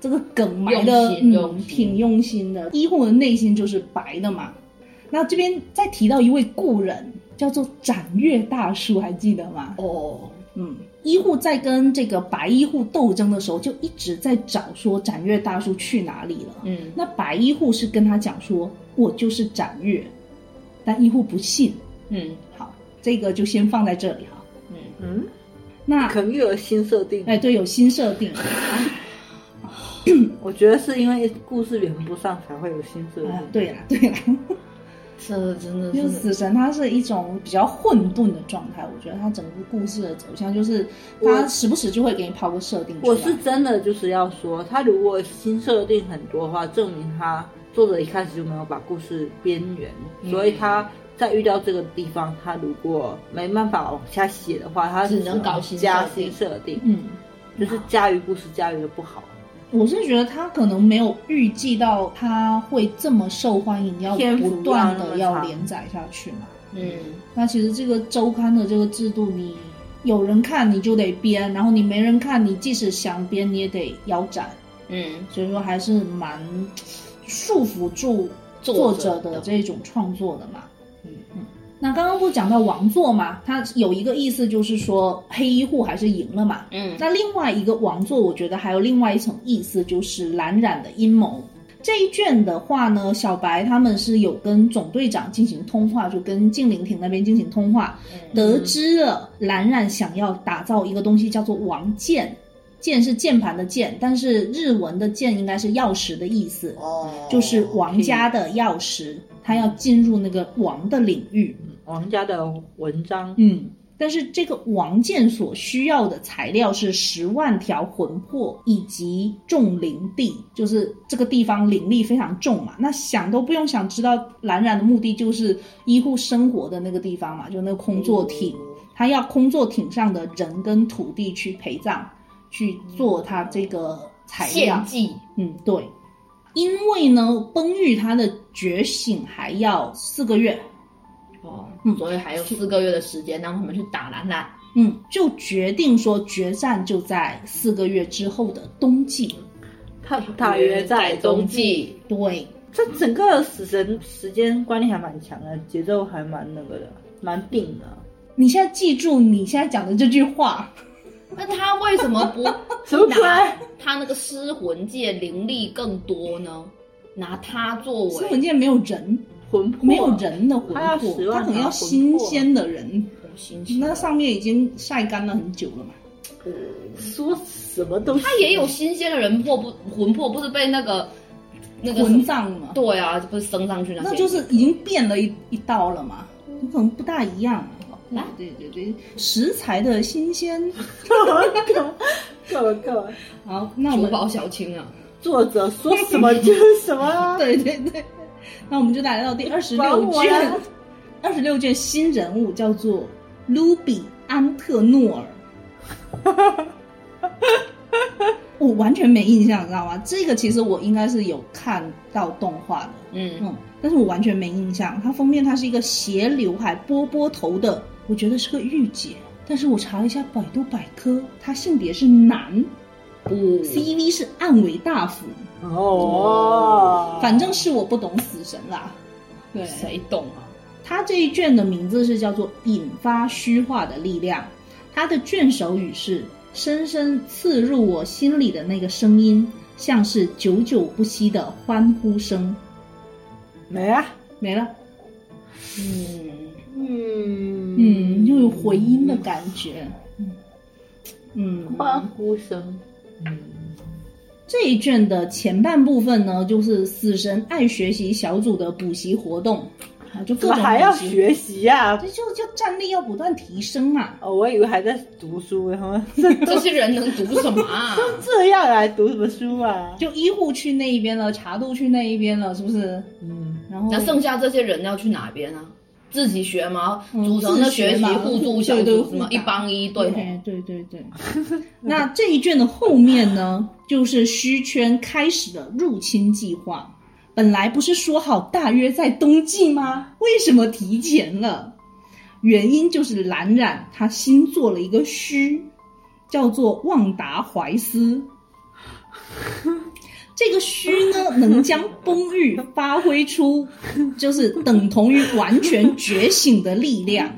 Speaker 2: 这个梗埋的，
Speaker 4: 用心用
Speaker 2: 嗯，
Speaker 4: 心
Speaker 2: 挺用心的。医护的内心就是白的嘛。那这边再提到一位故人，叫做展越大叔，还记得吗？
Speaker 4: 哦，
Speaker 2: 嗯，医护在跟这个白医护斗争的时候，就一直在找说展越大叔去哪里了。
Speaker 4: 嗯，
Speaker 2: 那白医护是跟他讲说，我就是展越，但医护不信。
Speaker 4: 嗯，
Speaker 2: 好，这个就先放在这里哈。
Speaker 4: 嗯，
Speaker 1: 嗯，
Speaker 2: 那
Speaker 1: 可能又有新设定。
Speaker 2: 哎，对，有新 设定。
Speaker 1: 我觉得是因为故事连不上才会有新设
Speaker 2: 啊
Speaker 1: 定。，
Speaker 2: 对啦，对啦，
Speaker 4: 这真的
Speaker 2: 就是
Speaker 4: 是，
Speaker 2: 死神，它是一种比较混沌的状态。我觉得它整个故事的走向就是，它
Speaker 1: 我
Speaker 2: 时不时就会给你抛个设定出来。
Speaker 1: 我是真的就是要说，他如果新设定很多的话，证明他作者一开始就没有把故事边缘，
Speaker 4: 嗯
Speaker 1: 所以他在遇到这个地方，他如果没办法往下写的话，他
Speaker 4: 只能搞新设定
Speaker 1: 加新设定，
Speaker 2: 嗯，
Speaker 1: 就是驾驭故事驾驭的不好，
Speaker 2: 我是觉得他可能没有预计到他会这么受欢迎，要
Speaker 1: 篇幅
Speaker 2: 不断
Speaker 1: 要那
Speaker 2: 的
Speaker 1: 么
Speaker 2: 要
Speaker 1: 长
Speaker 2: 连载下去嘛。
Speaker 4: 嗯，
Speaker 2: 那其实这个周刊的这个制度，你有人看你就得编，然后你没人看，你即使想编你也得腰斩，
Speaker 4: 嗯，
Speaker 2: 所以说还是蛮束缚住
Speaker 4: 作
Speaker 2: 作
Speaker 4: 者的
Speaker 2: 者的这种创作的嘛。嗯嗯。那刚刚不是讲到王座嘛，它有一个意思就是说黑衣户还是赢了嘛，
Speaker 4: 嗯，
Speaker 2: 那另外一个王座，我觉得还有另外一层意思，就是蓝染的阴谋。这一卷的话呢，小白他们是有跟总队长进行通话，就跟静灵亭那边进行通话，得知了蓝染想要打造一个东西叫做王剑，剑是键盘的键，但是日文的剑应该是钥匙的意思，
Speaker 4: 哦
Speaker 2: 就是王家的钥匙，他要进入那个王的领域。
Speaker 1: 嗯王家的文章，
Speaker 2: 嗯，但是这个王剑所需要的材料是十万条魂魄以及重灵地，就是这个地方灵力非常重嘛。那想都不用想，知道蓝染的目的就是医护生活的那个地方嘛，就那个空
Speaker 4: 嗯
Speaker 2: 座艇，他要空座艇上的人跟土地去陪葬，去做他这个材料
Speaker 4: 献。祭，
Speaker 2: 嗯，对，因为呢，崩玉他的觉醒还要四个月，
Speaker 4: 哦，
Speaker 2: 嗯
Speaker 4: 所以还有四个月的时间让他们去打蓝蓝，
Speaker 2: 嗯，就决定说决战就在四个月之后的冬季。
Speaker 1: 他大约在
Speaker 4: 冬
Speaker 1: 中季。
Speaker 4: 季，
Speaker 2: 对，
Speaker 1: 这整个死神时间观念还蛮强的，节奏还蛮那个的，蛮定的。
Speaker 2: 你现在记住你现在讲的这句话，
Speaker 4: 那他为什么不
Speaker 1: 什么
Speaker 4: 拿
Speaker 1: 鬼
Speaker 4: 他那个失魂界灵力更多呢？拿它作
Speaker 2: 新闻
Speaker 4: 为
Speaker 2: 界没有人，
Speaker 1: 魂魄啊
Speaker 2: 没有人的魂
Speaker 1: 他要
Speaker 2: 魄
Speaker 1: 10，万
Speaker 2: 他可能
Speaker 1: 条
Speaker 2: 要
Speaker 1: 魂
Speaker 2: 新
Speaker 1: 魄
Speaker 2: 鲜的人。
Speaker 4: 新鲜，
Speaker 2: 那上面已经晒干了很久了嘛。
Speaker 1: 说什么东西？
Speaker 4: 他也有新鲜的人魄不魂魄，不是被那个那个
Speaker 2: 魂葬嘛，
Speaker 4: 对啊，不是升上去那些，
Speaker 2: 那就是已经变了一一道了嘛，可能不大一样啊。
Speaker 4: 来
Speaker 2: 对对对，食材的新鲜。
Speaker 1: 够了够了，
Speaker 2: 好，那我
Speaker 4: 珠
Speaker 2: 们
Speaker 4: 宝小青啊，
Speaker 1: 作者说什么就是什么啊！
Speaker 2: 对对对，那我们就来到第二十
Speaker 1: 管
Speaker 2: 六
Speaker 1: 我
Speaker 2: 卷
Speaker 1: 呀，
Speaker 2: 二十六卷新人物叫做卢比安特诺尔。 我完全没印象，你知道吗？这个其实我应该是有看到动画的，
Speaker 4: 嗯，
Speaker 2: 嗯，但是我完全没印象。它封面它是一个斜刘海、波波头的，我觉得是个御姐。但是我查了一下百度百科，她性别是男嗯
Speaker 4: 不，
Speaker 2: ，CV 是暗尾大辅，
Speaker 1: 哦，
Speaker 2: 反正是我不懂死神啦。对，
Speaker 4: 谁懂啊？
Speaker 2: 他这一卷的名字是叫做《引发虚化的力量》，他的卷首语是“深深刺入我心里的那个声音，像是久久不息的欢呼声”。
Speaker 1: 没啊，
Speaker 2: 没了，
Speaker 4: 嗯，
Speaker 1: 嗯
Speaker 2: 嗯，又有回音的感觉，嗯
Speaker 1: 欢呼声，
Speaker 2: 这一卷的前半部分呢，就是死神爱学习小组的补习活动，啊，就各
Speaker 1: 怎么
Speaker 2: 种
Speaker 1: 还要
Speaker 2: 补习
Speaker 1: 学习呀、
Speaker 2: 这就就战力要不断提升嘛。
Speaker 1: 哦，我以为还在读书，然后 这
Speaker 4: 这些人能读什么 啊？
Speaker 1: 这样来读什么书啊？
Speaker 2: 就医护去那一边了，茶度去那一边了，是不是？
Speaker 1: 嗯，
Speaker 2: 然后
Speaker 4: 那剩下这些人要去哪边啊？自己学吗？
Speaker 2: 嗯
Speaker 4: 组成的学习
Speaker 2: 自学嘛
Speaker 4: 互助小
Speaker 2: 对对
Speaker 4: 组
Speaker 2: 互
Speaker 4: 什么
Speaker 2: 打
Speaker 4: 一帮一对吼
Speaker 2: 对对对对。 那这一卷的后面呢，就是虚圈开始的入侵计划。本来不是说好大约在冬季吗？为什么提前了？原因就是蓝染他新做了一个虚，叫做旺达怀斯。这个虚呢，能将崩玉发挥出，就是等同于完全觉醒的力量。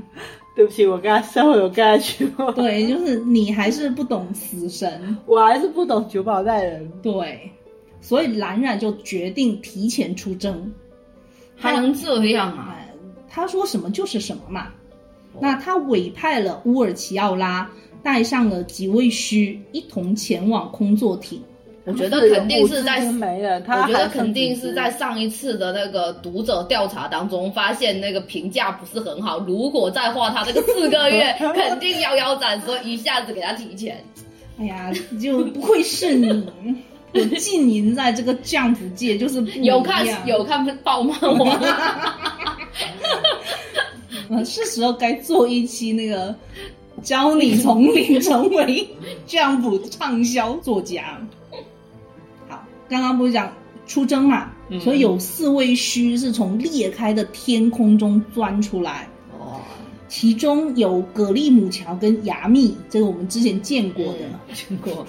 Speaker 1: 对不起，我刚才稍微有 get 过，
Speaker 2: 对，就是你还是不懂死神，
Speaker 1: 我还是不懂九保带人。
Speaker 2: 对，所以蓝染就决定提前出征。
Speaker 4: 还能这样啊？
Speaker 2: 哎他说什么就是什么嘛。那他委派了乌尔齐奥拉，带上了几位虚，一同前往空座艇。
Speaker 4: 我觉得肯定是在
Speaker 1: 他们有五只没了，他
Speaker 4: 我觉得
Speaker 1: 还
Speaker 4: 肯定是在
Speaker 1: 剩几
Speaker 4: 上一次的那个读者调查当中发现那个评价不是很好，如果再画他这个四个 月，肯定要腰斩，所以一下子给他提前。
Speaker 2: 哎呀，就不愧是你， 我浸淫在这个降服界，就是不一
Speaker 4: 有看
Speaker 2: 样
Speaker 4: 有看爆漫画 吗，
Speaker 2: 呃，是时候该做一期那个教你从零成为 Jump 畅销作家。好，刚刚不是讲出征嘛，
Speaker 4: 嗯
Speaker 2: 所以有四位虚是从裂开的天空中钻出来，
Speaker 4: 哦，
Speaker 2: 其中有葛利姆乔跟牙密，这个我们之前见过的，
Speaker 4: 听过，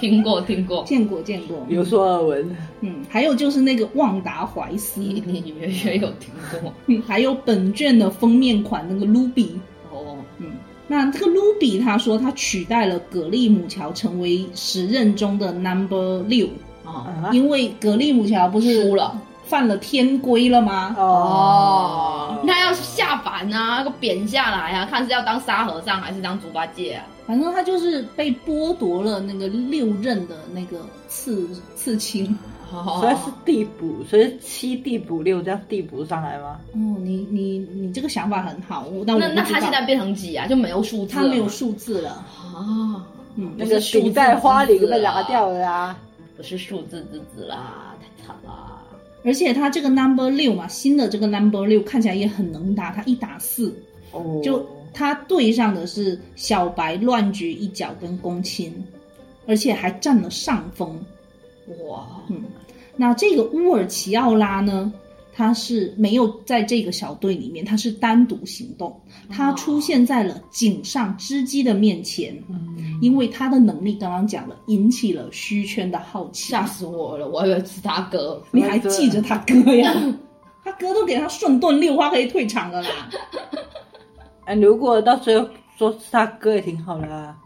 Speaker 4: 听过，听过。
Speaker 2: 见过见过
Speaker 1: 只，有说二文，
Speaker 2: 嗯，还有就是那个旺达怀斯，
Speaker 4: 隐隐约约有听过
Speaker 2: 嗯还有本卷的封面款那个卢比，
Speaker 4: 哦，
Speaker 2: 嗯，那这个卢比他说他取代了格利姆乔成为时任中的 Number 六，
Speaker 4: 啊
Speaker 1: 啊
Speaker 2: 因为格利姆乔不是
Speaker 4: 输了
Speaker 2: 犯了天规了吗？
Speaker 4: 哦，那要下凡啊，那个贬下来啊，看是要当沙和尚还是当猪八戒啊？
Speaker 2: 反正他就是被剥夺了那个六任的那个刺刺青。
Speaker 1: 所以
Speaker 4: 哦
Speaker 1: 是递补，所以是七递补六这样递补上来吗？
Speaker 2: 哦，你你你这个想法很好，我但我
Speaker 4: 那
Speaker 2: 不
Speaker 4: 那
Speaker 2: 知
Speaker 4: 他
Speaker 2: 道
Speaker 4: 现在变成几啊？就没有数字了
Speaker 2: 他
Speaker 4: 吗，
Speaker 2: 没有数字了，
Speaker 4: 啊，
Speaker 2: 嗯，
Speaker 1: 那
Speaker 4: 是
Speaker 1: 个
Speaker 4: 数字
Speaker 1: 顶戴花翎被
Speaker 4: 字啊
Speaker 1: 拿掉了啊！
Speaker 4: 不是数字之子啦，太惨啦。
Speaker 2: 而且他这个 Number 六嘛，新的这个 Number 六看起来也很能打，他一打四。
Speaker 1: 哦，
Speaker 2: 就他对上的是小白乱局一角跟公卿，而且还占了上风。
Speaker 4: 哇，
Speaker 2: 嗯，那这个乌尔齐奥拉呢，他是没有在这个小队里面，他是单独行
Speaker 4: 哦
Speaker 2: 动，他出现在了井上织姬的面前，
Speaker 1: 嗯
Speaker 2: 因为他的能力刚刚讲了，引起了虚圈的好奇。
Speaker 4: 吓死我了！我以为是他哥，
Speaker 2: 你还记着他哥呀？ 他哥都给他顺顿六花可以退场了啦。
Speaker 1: 哎，如果到最后说是他哥也挺好的啊，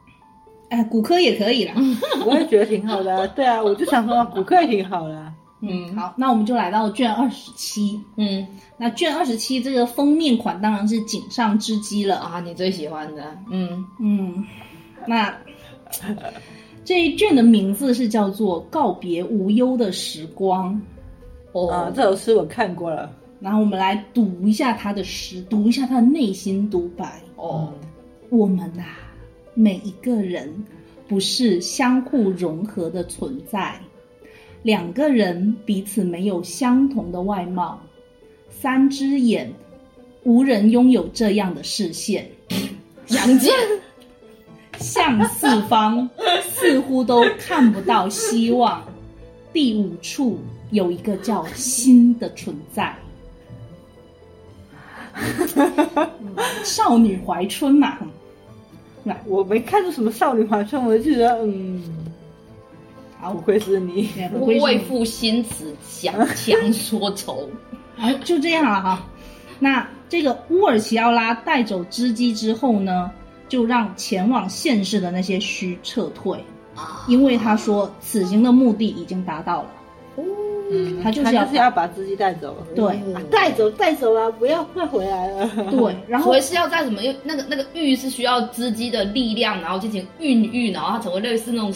Speaker 2: 哎，骨科也可以啦。
Speaker 4: 嗯
Speaker 1: 我也觉得挺好的 啊。对啊，我就想说骨科也挺好的啊。
Speaker 2: 嗯，好，那我们就来到卷二十七。
Speaker 4: 嗯
Speaker 2: 那卷二十七这个封面款当然是井上织姬了啊。
Speaker 4: 啊，你最喜欢的，嗯，
Speaker 2: 嗯，那这一卷的名字是叫做《告别无忧的时光》。
Speaker 1: 啊
Speaker 2: 呃
Speaker 4: 哦，，
Speaker 1: 这首诗我看过了。
Speaker 2: 然后我们来读一下他的诗，读一下他的内心独白。
Speaker 4: 哦，
Speaker 2: 我们呐、每一个人不是相互融合的存在，两个人彼此没有相同的外貌，三只眼，无人拥有这样的视线，
Speaker 4: 杨戬，
Speaker 2: 向四方似乎都看不到希望。第五处有一个叫心的存在。嗯少女怀春嘛，
Speaker 1: 我没看出什么少女怀春，我就觉得嗯，
Speaker 2: 好
Speaker 1: 不，愧是你。
Speaker 2: 也不会
Speaker 4: 为
Speaker 2: 是
Speaker 4: 赋新词强 强说愁。
Speaker 2: 好，哎就这样了哈。那这个乌尔齐奥拉带走织姬之后呢，就让前往现世的那些虚撤退，
Speaker 4: 啊
Speaker 2: 因为他说此行的目的已经达到了。
Speaker 4: 哦，嗯，
Speaker 2: 他就是
Speaker 1: 他
Speaker 2: 要
Speaker 1: 就是要把自己带走，
Speaker 2: 对
Speaker 1: 啊带走带走啊，不要快回来了。
Speaker 2: 对，然后
Speaker 4: 所以是要在什么？用那个那个玉是需要织机的力量，然后进行孕育，然后它成为类似那种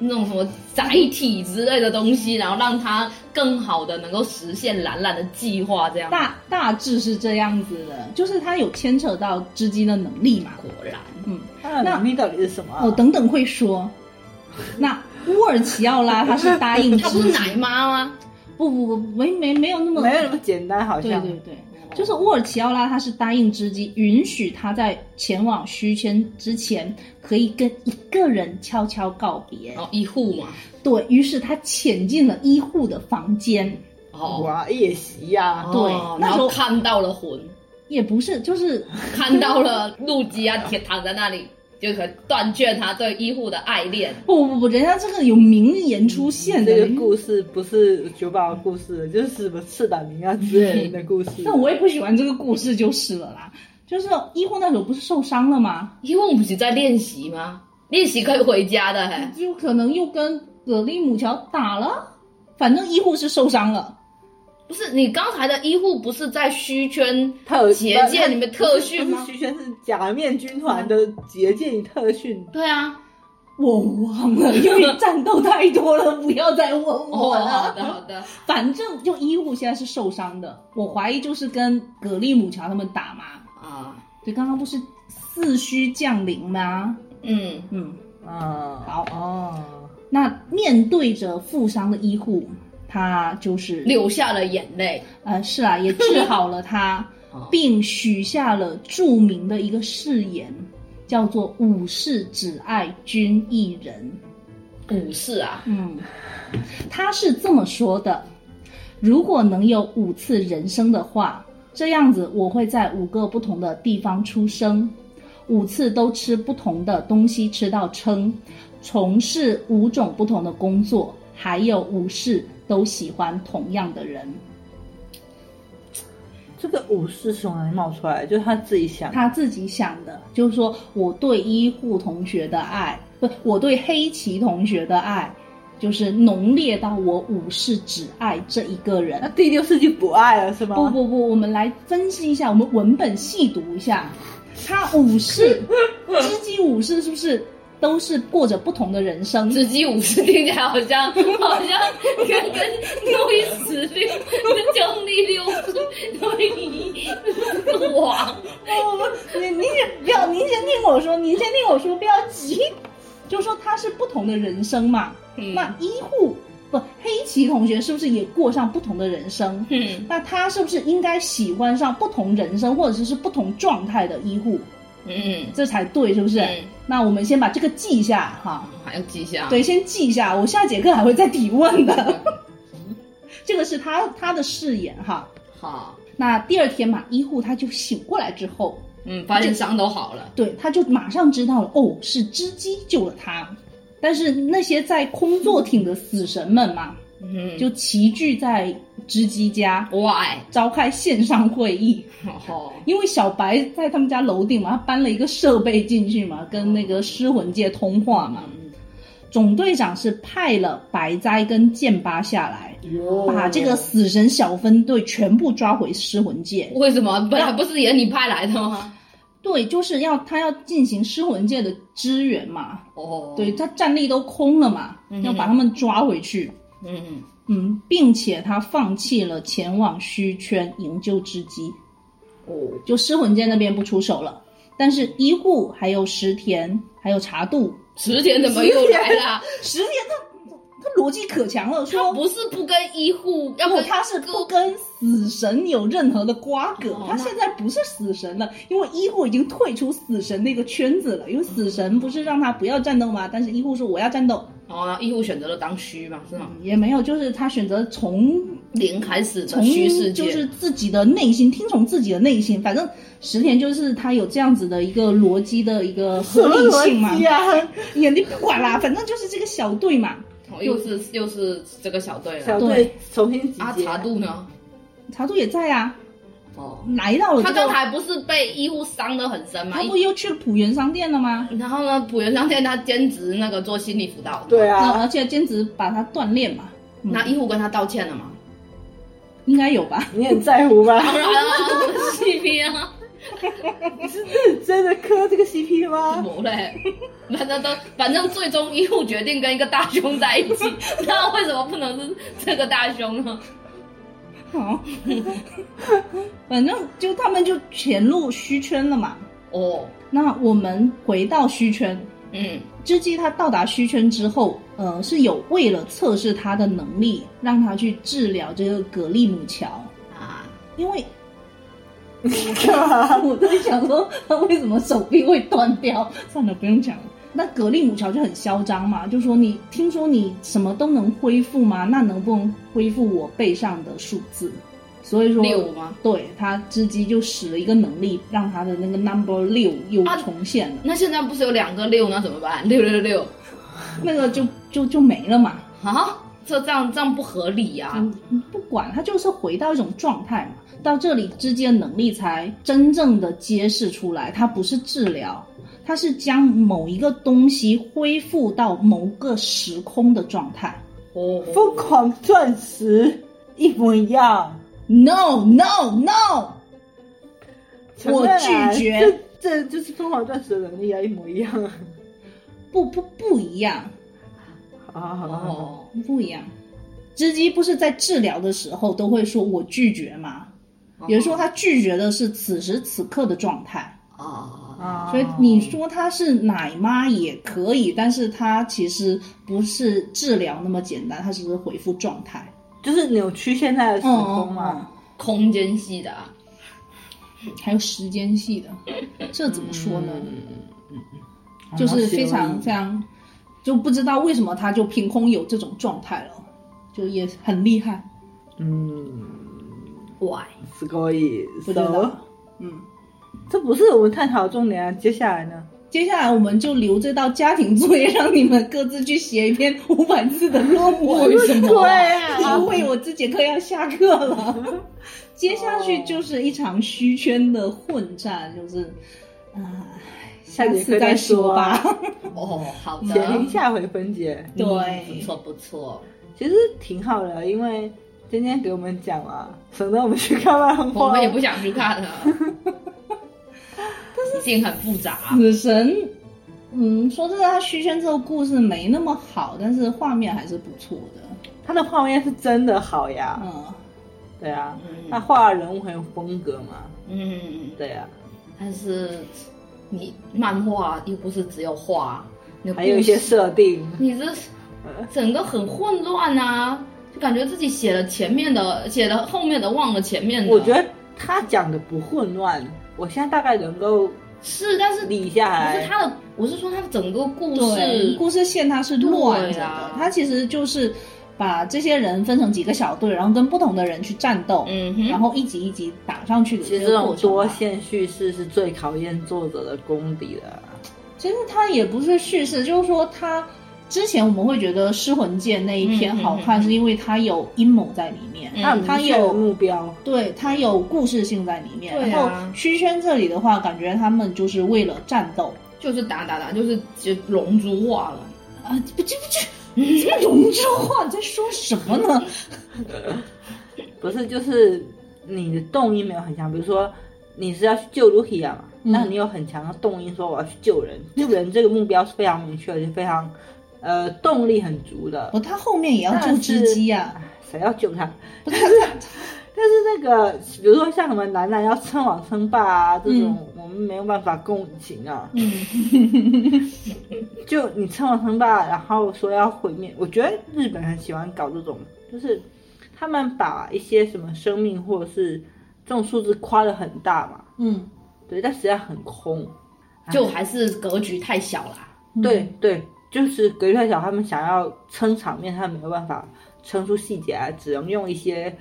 Speaker 4: 那种什么载体之类的东西，然后让它更好的能够实现兰兰的计划，这样。
Speaker 2: 大大致是这样子的，就是他有牵扯到织机的能力嘛。
Speaker 4: 果然，
Speaker 2: 嗯，
Speaker 1: 那
Speaker 2: 那
Speaker 1: 能力到底是什么啊？
Speaker 2: 我等等会说。那乌尔奇奥拉他是答应织
Speaker 4: 她不是
Speaker 2: 机，
Speaker 4: 奶妈吗？
Speaker 2: 不不不，没没没有那么
Speaker 1: 没有那么简单，好
Speaker 2: 对
Speaker 1: 像
Speaker 2: 对对，就是沃尔奇奥拉，他是答应织机允许他在前往虚签之前，可以跟一个人悄悄告别。
Speaker 4: 然后医护嘛，
Speaker 2: 对于是，他潜进了医护的房间，
Speaker 4: 哦，
Speaker 1: 哇，啊夜袭呀、
Speaker 4: 哦
Speaker 2: 对那
Speaker 4: 然
Speaker 2: 时
Speaker 4: 后
Speaker 2: 候
Speaker 4: 看到了魂，
Speaker 2: 也不是，就是
Speaker 4: 看到了陆基啊，躺躺在那里，就可断绝他对医护的爱恋。
Speaker 2: 不不不，人家这个有名言出现的。
Speaker 1: 这个故事不是酒保的故事，就是什么赤胆明啊之类的故事。
Speaker 2: 那我也不喜欢这个故事就是了啦。就是医护那时候不是受伤了吗？
Speaker 4: 因为我们不是在练习吗？练习可以回家的嘿。
Speaker 2: 就可能又跟格利姆乔打了，反正医护是受伤了。
Speaker 4: 不是你刚才的医护不是在虚圈
Speaker 1: 特有
Speaker 4: 结界里面特训吗
Speaker 1: 不是虚圈是假面军
Speaker 2: 嗯
Speaker 1: 团的结界与特训。
Speaker 4: 对啊，
Speaker 2: 我忘了，因为战斗太多了，不要再问我
Speaker 4: 哦，好
Speaker 2: 了。
Speaker 4: 的好的，
Speaker 2: 反正就医护现在是受伤的，我怀疑就是跟格利姆乔他们打嘛。
Speaker 4: 啊，
Speaker 2: 对，刚刚不是四虚降临吗？
Speaker 4: 嗯，
Speaker 2: 嗯，
Speaker 1: 嗯，
Speaker 2: 好
Speaker 1: 哦，
Speaker 2: 那面对着负伤的医护，他就是
Speaker 4: 流下了眼泪，
Speaker 2: 呃，是啊，也治好了他，并许下了著名的一个誓言，叫做“武士只爱军一人”。
Speaker 4: 武士啊，
Speaker 2: 嗯，他是这么说的：如果能有五次人生的话，这样子我会在五个不同的地方出生，五次都吃不同的东西，吃到撑，从事五种不同的工作，还有五世都喜欢同样的人。
Speaker 1: 这个武士从哪里冒出来？就是他自己想。
Speaker 2: 他自己想的，就是说我对医护同学的爱，不，我对黑棋同学的爱，就是浓烈到我五世只爱这一个人
Speaker 1: 那。第六世就不爱了是吗？
Speaker 2: 不不不，我们来分析一下，我们文本细读一下，他武士，知己武士是不是都是过着不同的人生？
Speaker 4: 直击武士听起来好像好像跟跟路易十六、跟亨利六世都一哇，
Speaker 2: 不，哦你你先不要，你先听我说，你先听我说，不要急。就说他是不同的人生嘛，
Speaker 4: 嗯
Speaker 2: 那医护不黑棋同学是不是也过上不同的人生？
Speaker 4: 嗯
Speaker 2: 那他是不是应该喜欢上不同人生或者是不同状态的医护，
Speaker 4: 嗯，
Speaker 2: 这才对，是不是？
Speaker 4: 嗯
Speaker 2: 那我们先把这个记一下哈。
Speaker 4: 还要记一下，
Speaker 2: 对，先记一下，我下节课还会再提问的。 这个是他他的誓言哈。
Speaker 4: 好，
Speaker 2: 那第二天嘛，医护他就醒过来之后，
Speaker 4: 嗯，发现伤都好了，
Speaker 2: 对，他就马上知道了，哦，是织机救了他。但是那些在空座艇的死神们嘛，
Speaker 4: 嗯，
Speaker 2: 就齐聚在织机家
Speaker 4: 哇，
Speaker 2: 召开线上会议，
Speaker 4: 哦，
Speaker 2: 因为小白在他们家楼顶嘛，他搬了一个设备进去嘛，跟那个失魂界通话嘛。总队长是派了白哉跟剑八下来，
Speaker 1: 哟
Speaker 2: 把这个死神小分队全部抓回失魂界。
Speaker 4: 为什么本来不是也你派来的吗？
Speaker 2: 对，就是要他要进行失魂界的支援嘛，
Speaker 4: 哦，
Speaker 2: 对，他战力都空了嘛，要把他们抓回去。
Speaker 4: 嗯，
Speaker 2: 嗯，并且他放弃了前往虚圈营救之机，
Speaker 4: 哦，
Speaker 2: 就失魂界那边不出手了。但是医护还有石田还有茶渡，
Speaker 4: 池田怎么又来了？
Speaker 2: 石田他他逻辑可强了，
Speaker 4: 他
Speaker 2: 说
Speaker 4: 不是不跟医护，要
Speaker 2: 不
Speaker 4: 跟
Speaker 2: 他是不跟死神有任何的瓜葛，他现在不是死神了，因为医护已经退出死神那个圈子了，因为死神不是让他不要战斗吗？但是医护说我要战斗，嗯
Speaker 4: 哦，然后医护选择了当虚嘛，是吗？
Speaker 2: 也没有，就是他选择从
Speaker 4: 零开始的
Speaker 2: 从
Speaker 4: 虚世界，
Speaker 2: 嗯就是自己的内心，听从自己的内心。反正石田就是他有这样子的一个逻辑的一个
Speaker 1: 什
Speaker 2: 合
Speaker 1: 么
Speaker 2: 理性嘛
Speaker 1: 逻，辑啊？
Speaker 2: 眼睛不管啦，反正就是这个小队嘛。
Speaker 4: 哦又是又是这个小队
Speaker 1: 小
Speaker 4: 了。
Speaker 1: 队重新集
Speaker 4: 阿
Speaker 1: 结。
Speaker 4: 查杜呢？
Speaker 2: 茶渡也在啊，
Speaker 4: 哦，
Speaker 2: 来到了、这
Speaker 4: 他
Speaker 2: 个，
Speaker 4: 刚才不是被医护伤得很深吗
Speaker 2: 他？不又去浦原商店了吗？
Speaker 4: 然后呢，浦原商店他兼职那个做心理辅导，
Speaker 1: 对
Speaker 2: 那
Speaker 1: 啊，
Speaker 2: 而且兼职把他锻炼嘛。
Speaker 4: 那医护跟他道歉了吗？
Speaker 2: 应该有 吧？
Speaker 1: 你很在乎 吧？
Speaker 2: 嗯
Speaker 4: 当然 了，CP 啊，
Speaker 1: 你是认真的磕这个 CP 吗？
Speaker 4: 不嘞， 反正都反正最终医护决定跟一个大胸在一起， 那为什么不能是这个大胸呢？
Speaker 1: 哦
Speaker 2: 好， 反正就他们就潜入虚圈了嘛。
Speaker 4: 哦，
Speaker 2: 那我们回到虚圈，
Speaker 4: 嗯，
Speaker 2: 织姬她到达虚圈之后，呃，是有为了测试她的能力，让她去治疗这个格利姆桥，
Speaker 4: 啊，
Speaker 2: 因为
Speaker 1: 干嘛？
Speaker 2: 我在想说他为什么手臂会断掉。算了，不用讲了。那格利姆桥就很嚣张嘛，就说你听说你什么都能恢复吗？那能不能恢复我背上的数字？所以说
Speaker 4: 六吗？
Speaker 2: 对他织姬就使了一个能力，让他的那个 number 六又
Speaker 4: 啊
Speaker 2: 重现了，
Speaker 4: 那现在不是有两个六，那怎么办？六六六
Speaker 2: 那个就就就没了嘛。
Speaker 4: 啊，这这样这样不合理呀、啊！
Speaker 2: 嗯，不管他就是回到一种状态嘛。到这里之间能力才真正的揭示出来，它不是治疗，它是将某一个东西恢复到某个时空的状态。
Speaker 4: 哦，
Speaker 1: 疯狂钻石一模一样，
Speaker 2: No no no！我拒绝，
Speaker 1: 这这就是疯狂钻石的能力啊，一模一样啊！
Speaker 2: 不不不一样，
Speaker 1: 好好好好好，
Speaker 4: 哦，
Speaker 2: 不一样。织姬不是在治疗的时候都会说我拒绝吗？也就是说他拒绝的是此时此刻的状态。
Speaker 4: 啊，
Speaker 1: 啊
Speaker 2: 所以你说她是奶妈也可以，但是她其实不是治疗那么简单，她只是恢复状态。
Speaker 1: 就是扭曲现在的时空嘛，
Speaker 2: 嗯，
Speaker 4: 空间系的、啊，
Speaker 2: 还有时间系的，这怎么说呢？
Speaker 1: 嗯
Speaker 2: 哦就是非常非
Speaker 1: 像。
Speaker 2: 常，就不知道为什么她就凭空有这种状态了，就也很厉害，
Speaker 1: 嗯，
Speaker 4: 怪
Speaker 1: すごい。
Speaker 2: 不知道。嗯，
Speaker 1: 这不是我们探讨的重点啊，接下来呢？
Speaker 2: 接下来我们就留这道家庭作业，让你们各自去写一篇五百字的论文。
Speaker 4: 为什么啊
Speaker 1: 啊
Speaker 2: 因为我这节课要下课了。接下去就是一场虚圈的混战，就是啊、下
Speaker 1: 下节
Speaker 2: 次
Speaker 1: 课
Speaker 2: 再
Speaker 1: 说
Speaker 2: 说吧
Speaker 1: 啊。
Speaker 4: 哦，好
Speaker 1: 写
Speaker 4: 的，
Speaker 1: 听下回分解，
Speaker 2: 对，
Speaker 4: 不错不错，
Speaker 1: 其实挺好的，因为今天给我们讲了，省得我们去看漫画。
Speaker 4: 我们也不想去看了，但是性很复杂，
Speaker 2: 死神，嗯，说真的，他虚圈这个故事没那么好，但是画面还是不错的。
Speaker 1: 他的画面是真的好呀，
Speaker 2: 嗯，
Speaker 1: 对啊，
Speaker 4: 嗯
Speaker 1: 他画的人物很有风格嘛，
Speaker 4: 嗯，
Speaker 1: 对啊，
Speaker 4: 但是你漫画又不是只有画，你的
Speaker 1: 还有
Speaker 4: 故
Speaker 1: 一些呃
Speaker 4: 事
Speaker 1: 设定，
Speaker 4: 你这整个很混乱啊，就感觉自己写了前面的，写了后面的，忘了前面的。
Speaker 1: 我觉得他讲的不混乱，我现在大概能够
Speaker 4: 是，但是
Speaker 1: 理下
Speaker 4: 可是
Speaker 1: 来。
Speaker 4: 他的，我是说他的整个故
Speaker 2: 对，
Speaker 4: 事，
Speaker 2: 故事线它是乱着
Speaker 4: 对
Speaker 2: 的
Speaker 4: 啊，
Speaker 2: 它其实就是把这些人分成几个小队，然后跟不同的人去战斗。
Speaker 4: 嗯哼，
Speaker 2: 然后一集一集打上去的
Speaker 1: 其
Speaker 2: 这
Speaker 1: 实这
Speaker 2: 个过
Speaker 1: 种
Speaker 2: 程
Speaker 1: 多
Speaker 2: 吧，
Speaker 1: 线叙事是最考验作者的功底的。啊
Speaker 2: 其实它也不是叙事，就是说它之前我们会觉得《失魂剑》那一篇
Speaker 4: 嗯嗯
Speaker 2: 好看，
Speaker 4: 嗯
Speaker 2: 是因为它有阴谋在里面，
Speaker 4: 嗯
Speaker 1: 他很
Speaker 2: 他
Speaker 1: 明确的
Speaker 2: 有
Speaker 1: 目标，
Speaker 2: 对，它有故事性在里面。
Speaker 4: 对
Speaker 2: 然后
Speaker 4: 啊
Speaker 2: 虚圈这里的话，感觉他们就是为了战 斗
Speaker 4: 就是打打打，就是就龙珠化了。
Speaker 2: 啊，不这不这这龙之话你在说什么呢？
Speaker 1: 不是就是你的动因没有很强，比如说你是要去救露西亚嘛，
Speaker 2: 嗯
Speaker 1: 那你有很强的动因说我要去救人，救人这个目标是非常明确的，就非常呃动力很足的
Speaker 2: 不，。他后面也要救织姬呀、
Speaker 1: 哎谁要救他？
Speaker 2: 不是他
Speaker 1: 但是那个，比如说像什么男男要称王称霸啊这种，我们没有办法共情啊。
Speaker 2: 嗯，
Speaker 1: 就你称王称霸，然后说要毁灭，我觉得日本很喜欢搞这种，就是他们把一些什么生命或者是这种数字夸得很大嘛，
Speaker 2: 嗯
Speaker 1: 对，但实际上很空。哎
Speaker 4: 就还是格局太小啦。
Speaker 2: 嗯，
Speaker 1: 对对，就是格瑞小他们想要撑场面，他们没有办法撑出细节来，只能用一些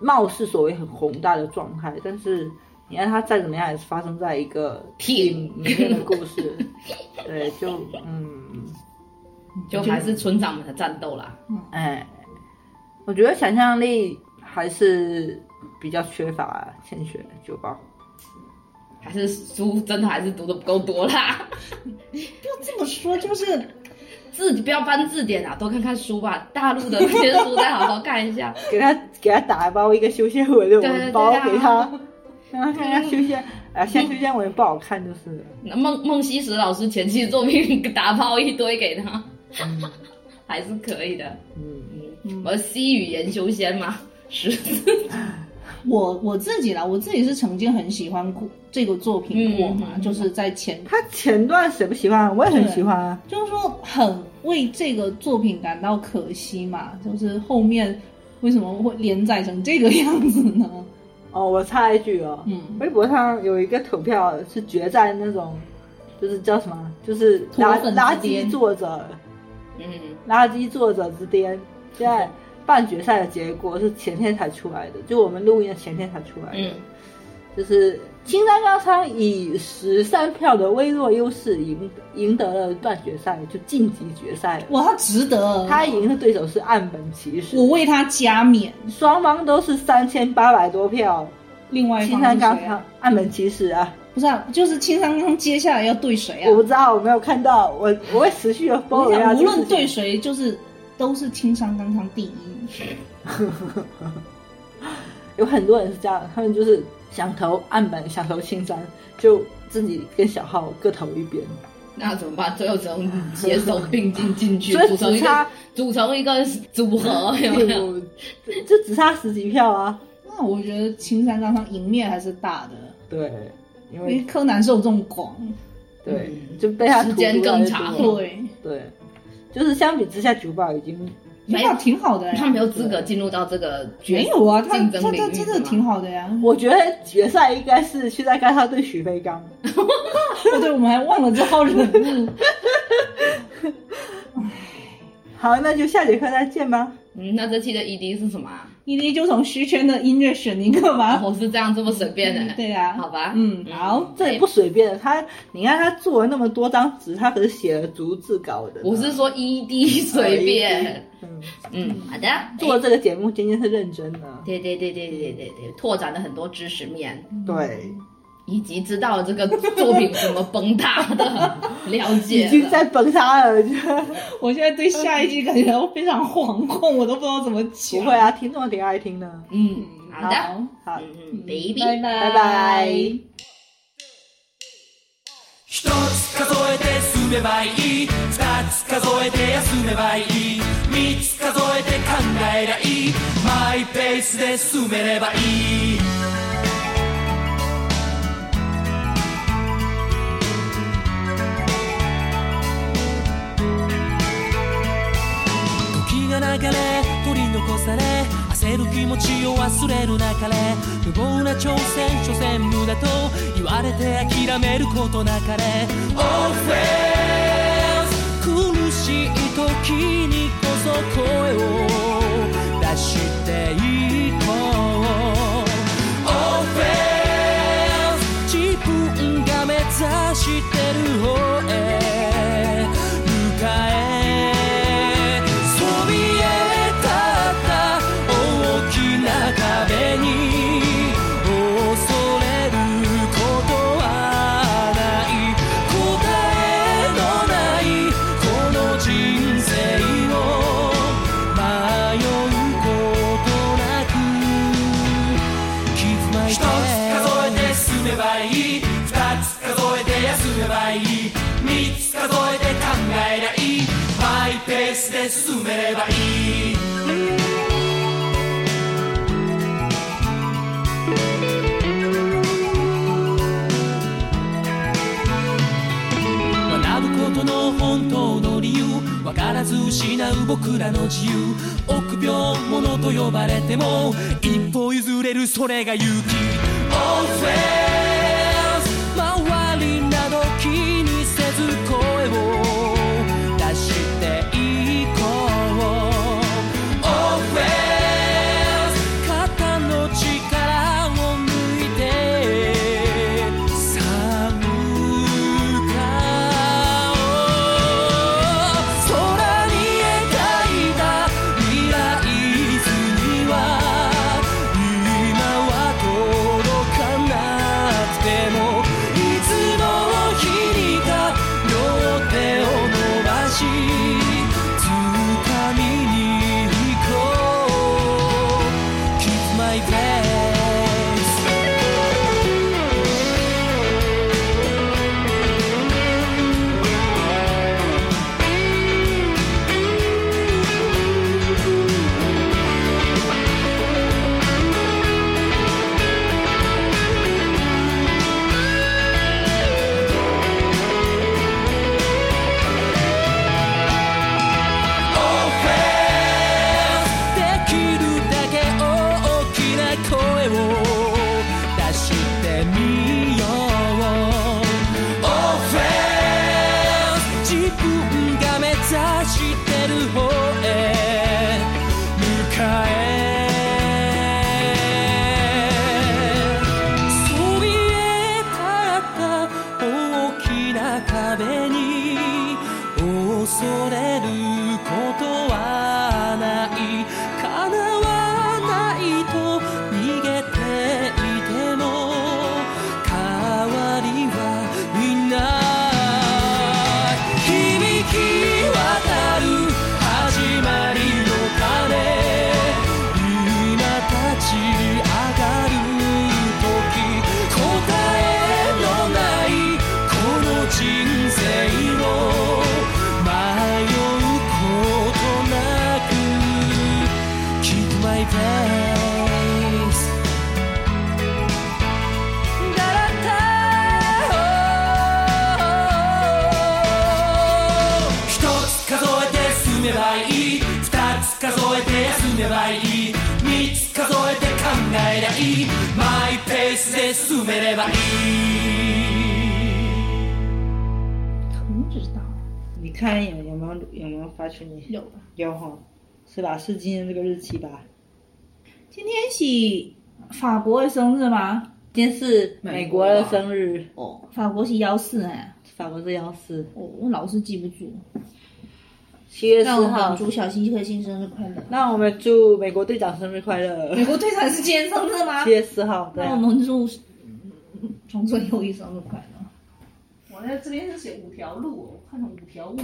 Speaker 1: 貌似所谓很宏大的状态，但是你看它再怎么样也是发生在一个
Speaker 4: 屁
Speaker 1: 里面的故事， 对，就嗯，
Speaker 4: 就还是村长们的战斗啦。
Speaker 1: 哎，我觉得想象力还是比较缺乏，欠缺九包。
Speaker 4: 还是书真的还是读的不够多啦。
Speaker 2: 这么说就是
Speaker 4: 字不要翻字典啊，多看看书吧，大陆的那些书再好好看一下。
Speaker 1: 给他给他打包一个修仙文的
Speaker 4: 对对
Speaker 1: 文
Speaker 4: 对
Speaker 1: 包
Speaker 4: 啊
Speaker 1: 给他， 让他看看修仙。啊，现在修仙文不好看就是了。
Speaker 4: 那孟孟西石老师前期作品打包一堆给他， 还是可以的。
Speaker 1: 嗯，
Speaker 4: 我西语言修仙嘛， 是，
Speaker 2: 我我自己啦，我自己是曾经很喜欢过这个作品过嘛，
Speaker 4: 嗯嗯嗯
Speaker 2: 就是在前，
Speaker 1: 他前段谁不喜欢？我也很
Speaker 2: 对
Speaker 1: 喜欢啊。
Speaker 2: 就是说很为这个作品感到可惜嘛，就是后面为什么会连载成这个样子呢？
Speaker 1: 哦，我插一句哦，
Speaker 2: 嗯，
Speaker 1: 微博上有一个投票是决战那种，就是叫什么，就是垃
Speaker 2: 脱粉之
Speaker 1: 垃
Speaker 2: 巅
Speaker 1: 圾作者，
Speaker 4: 嗯，
Speaker 1: 垃圾作者之巅。现在半决赛的结果是前天才出来的，就我们录音的前天才出来的。
Speaker 4: 嗯
Speaker 1: 就是青山刚昌以十三票的微弱优势赢赢得了半决赛，就晋级决赛了。
Speaker 2: 哇，他值得，
Speaker 1: 他赢的对手是岸本齐史
Speaker 2: 嗯我，为他加冕。
Speaker 1: 双方都是三千八百多票。
Speaker 2: 另外一
Speaker 1: 青
Speaker 2: 方
Speaker 1: 山
Speaker 2: 是谁
Speaker 1: 刚
Speaker 2: 啊
Speaker 1: 昌、岸本齐史啊，
Speaker 2: 不是啊，就是青山刚昌接下来要对谁啊
Speaker 1: 我？不知道，我没有看到，我我会持续的 follow
Speaker 2: 我
Speaker 1: 一
Speaker 2: 跟你
Speaker 1: 下
Speaker 2: 讲，
Speaker 1: 这个事
Speaker 2: 无论
Speaker 1: 情
Speaker 2: 对谁，就是都是青山刚昌第一。
Speaker 1: 有很多人是这样的，他们就是想投岸本，想投青山，就自己跟小号各投一边。
Speaker 4: 那怎么办？最后只能携手并进进去，
Speaker 1: 所以
Speaker 4: 组成一
Speaker 1: 只差
Speaker 4: 个组成一个组 合，有没有？
Speaker 1: 就就只差十几票啊。
Speaker 2: 那我觉得青山刚昌赢面还是大的，
Speaker 1: 对，因
Speaker 2: 因
Speaker 1: 为
Speaker 2: 为柯南受众广。
Speaker 1: 对，
Speaker 4: 嗯
Speaker 1: 嗯就被他
Speaker 4: 时间
Speaker 1: 荼毒了
Speaker 4: 更长
Speaker 1: 就多了
Speaker 2: 对，
Speaker 1: 对，就是相比之下，九宝已经
Speaker 2: 没有挺好的呀。
Speaker 4: 他没有资格进入到这个角
Speaker 2: 没有啊，他
Speaker 4: 竞
Speaker 2: 他
Speaker 4: 争
Speaker 2: 他
Speaker 4: 领域
Speaker 2: 真的挺好的呀。
Speaker 1: 我觉得决赛应该是现在该他对许飞刚，
Speaker 2: 哦， 对，我们还忘了这号人物。
Speaker 4: 嗯
Speaker 1: 好，那就下节课再见吧。
Speaker 4: 嗯，那这期的 ED 是什么、啊？
Speaker 2: ED 就从虚圈的音乐选一个吧。
Speaker 4: 我是这样这么随便的、
Speaker 2: 啊对呀，
Speaker 4: 好吧
Speaker 2: 嗯，
Speaker 4: 嗯
Speaker 2: 好。
Speaker 1: 这也不随便，他你看他做了那么多张纸，他可是写了逐字稿的呢。
Speaker 4: 我是说
Speaker 2: 啊
Speaker 4: ED 随
Speaker 2: E
Speaker 4: 便。
Speaker 1: 嗯，
Speaker 4: 嗯，好的。
Speaker 1: 做这个节目今天是认真的。
Speaker 4: 对对对对对对对，拓展了很多知识面，
Speaker 1: 对，
Speaker 4: 以及知道这个作品怎么崩塌的了解
Speaker 1: 已经
Speaker 4: 了。
Speaker 1: 在崩塌了，
Speaker 2: 我现在对下一季感觉到非常惶恐，我都不知道怎么
Speaker 1: 不
Speaker 2: 讲。
Speaker 1: 会啊，听众挺爱听的。
Speaker 4: 嗯，好的，
Speaker 2: 好
Speaker 1: 好，
Speaker 4: 嗯嗯，baby，
Speaker 2: 拜
Speaker 1: 拜拜。
Speaker 5: 一つ数えて進めばいい二つ数えて休めばいい三つ数えて考えりゃいいマイペースで進めればいい時が流れ取り残され焦る気持ちを忘れるなかれ無謀な挑戦所詮無駄と言われて諦めることなかれ All fails 苦しい時にこそ声を出していこう All fails 自分が目指してる方へ向かえそびえ立った大きな壁に恐れることはない答えのないこの人生を迷うことなく一つ数えて進めばいい二つ数えて休めばいい三つ数えて考えりゃいいマイペースで進めればいい学ぶことの本当の理由わからず失う僕らの自由臆病者と呼ばれても一歩譲れるそれが勇気 All fails 周りなど気にせず声を出していこう All fails 肩の力を抜いて寒空に描いた未来図には今は届かないめばいい3つ数えて考えりゃいいマイペースで進めればいい
Speaker 2: 不知道，
Speaker 1: 你看有有没有有没有发出你
Speaker 2: 有吧？
Speaker 1: 有哈，是吧？是今天这个日期吧？
Speaker 2: 今天是法国的生日吗？
Speaker 1: 今天是美
Speaker 4: 美
Speaker 1: 国
Speaker 4: 国
Speaker 1: 的
Speaker 4: 吧
Speaker 1: 生日，
Speaker 2: 哦，法国是幺四哎，
Speaker 1: 法国是幺四，
Speaker 2: 我、我老是记不住。
Speaker 1: 七月四
Speaker 2: 那我
Speaker 1: 号
Speaker 2: 们。祝小西克星生日快乐。
Speaker 1: 那我们祝美国队长生日快乐
Speaker 2: 美！国队长是今天生日 吗
Speaker 1: 七？月四号，对
Speaker 2: 那我们祝重村优一生日快乐。我在这边是写五条路，我看成五条路。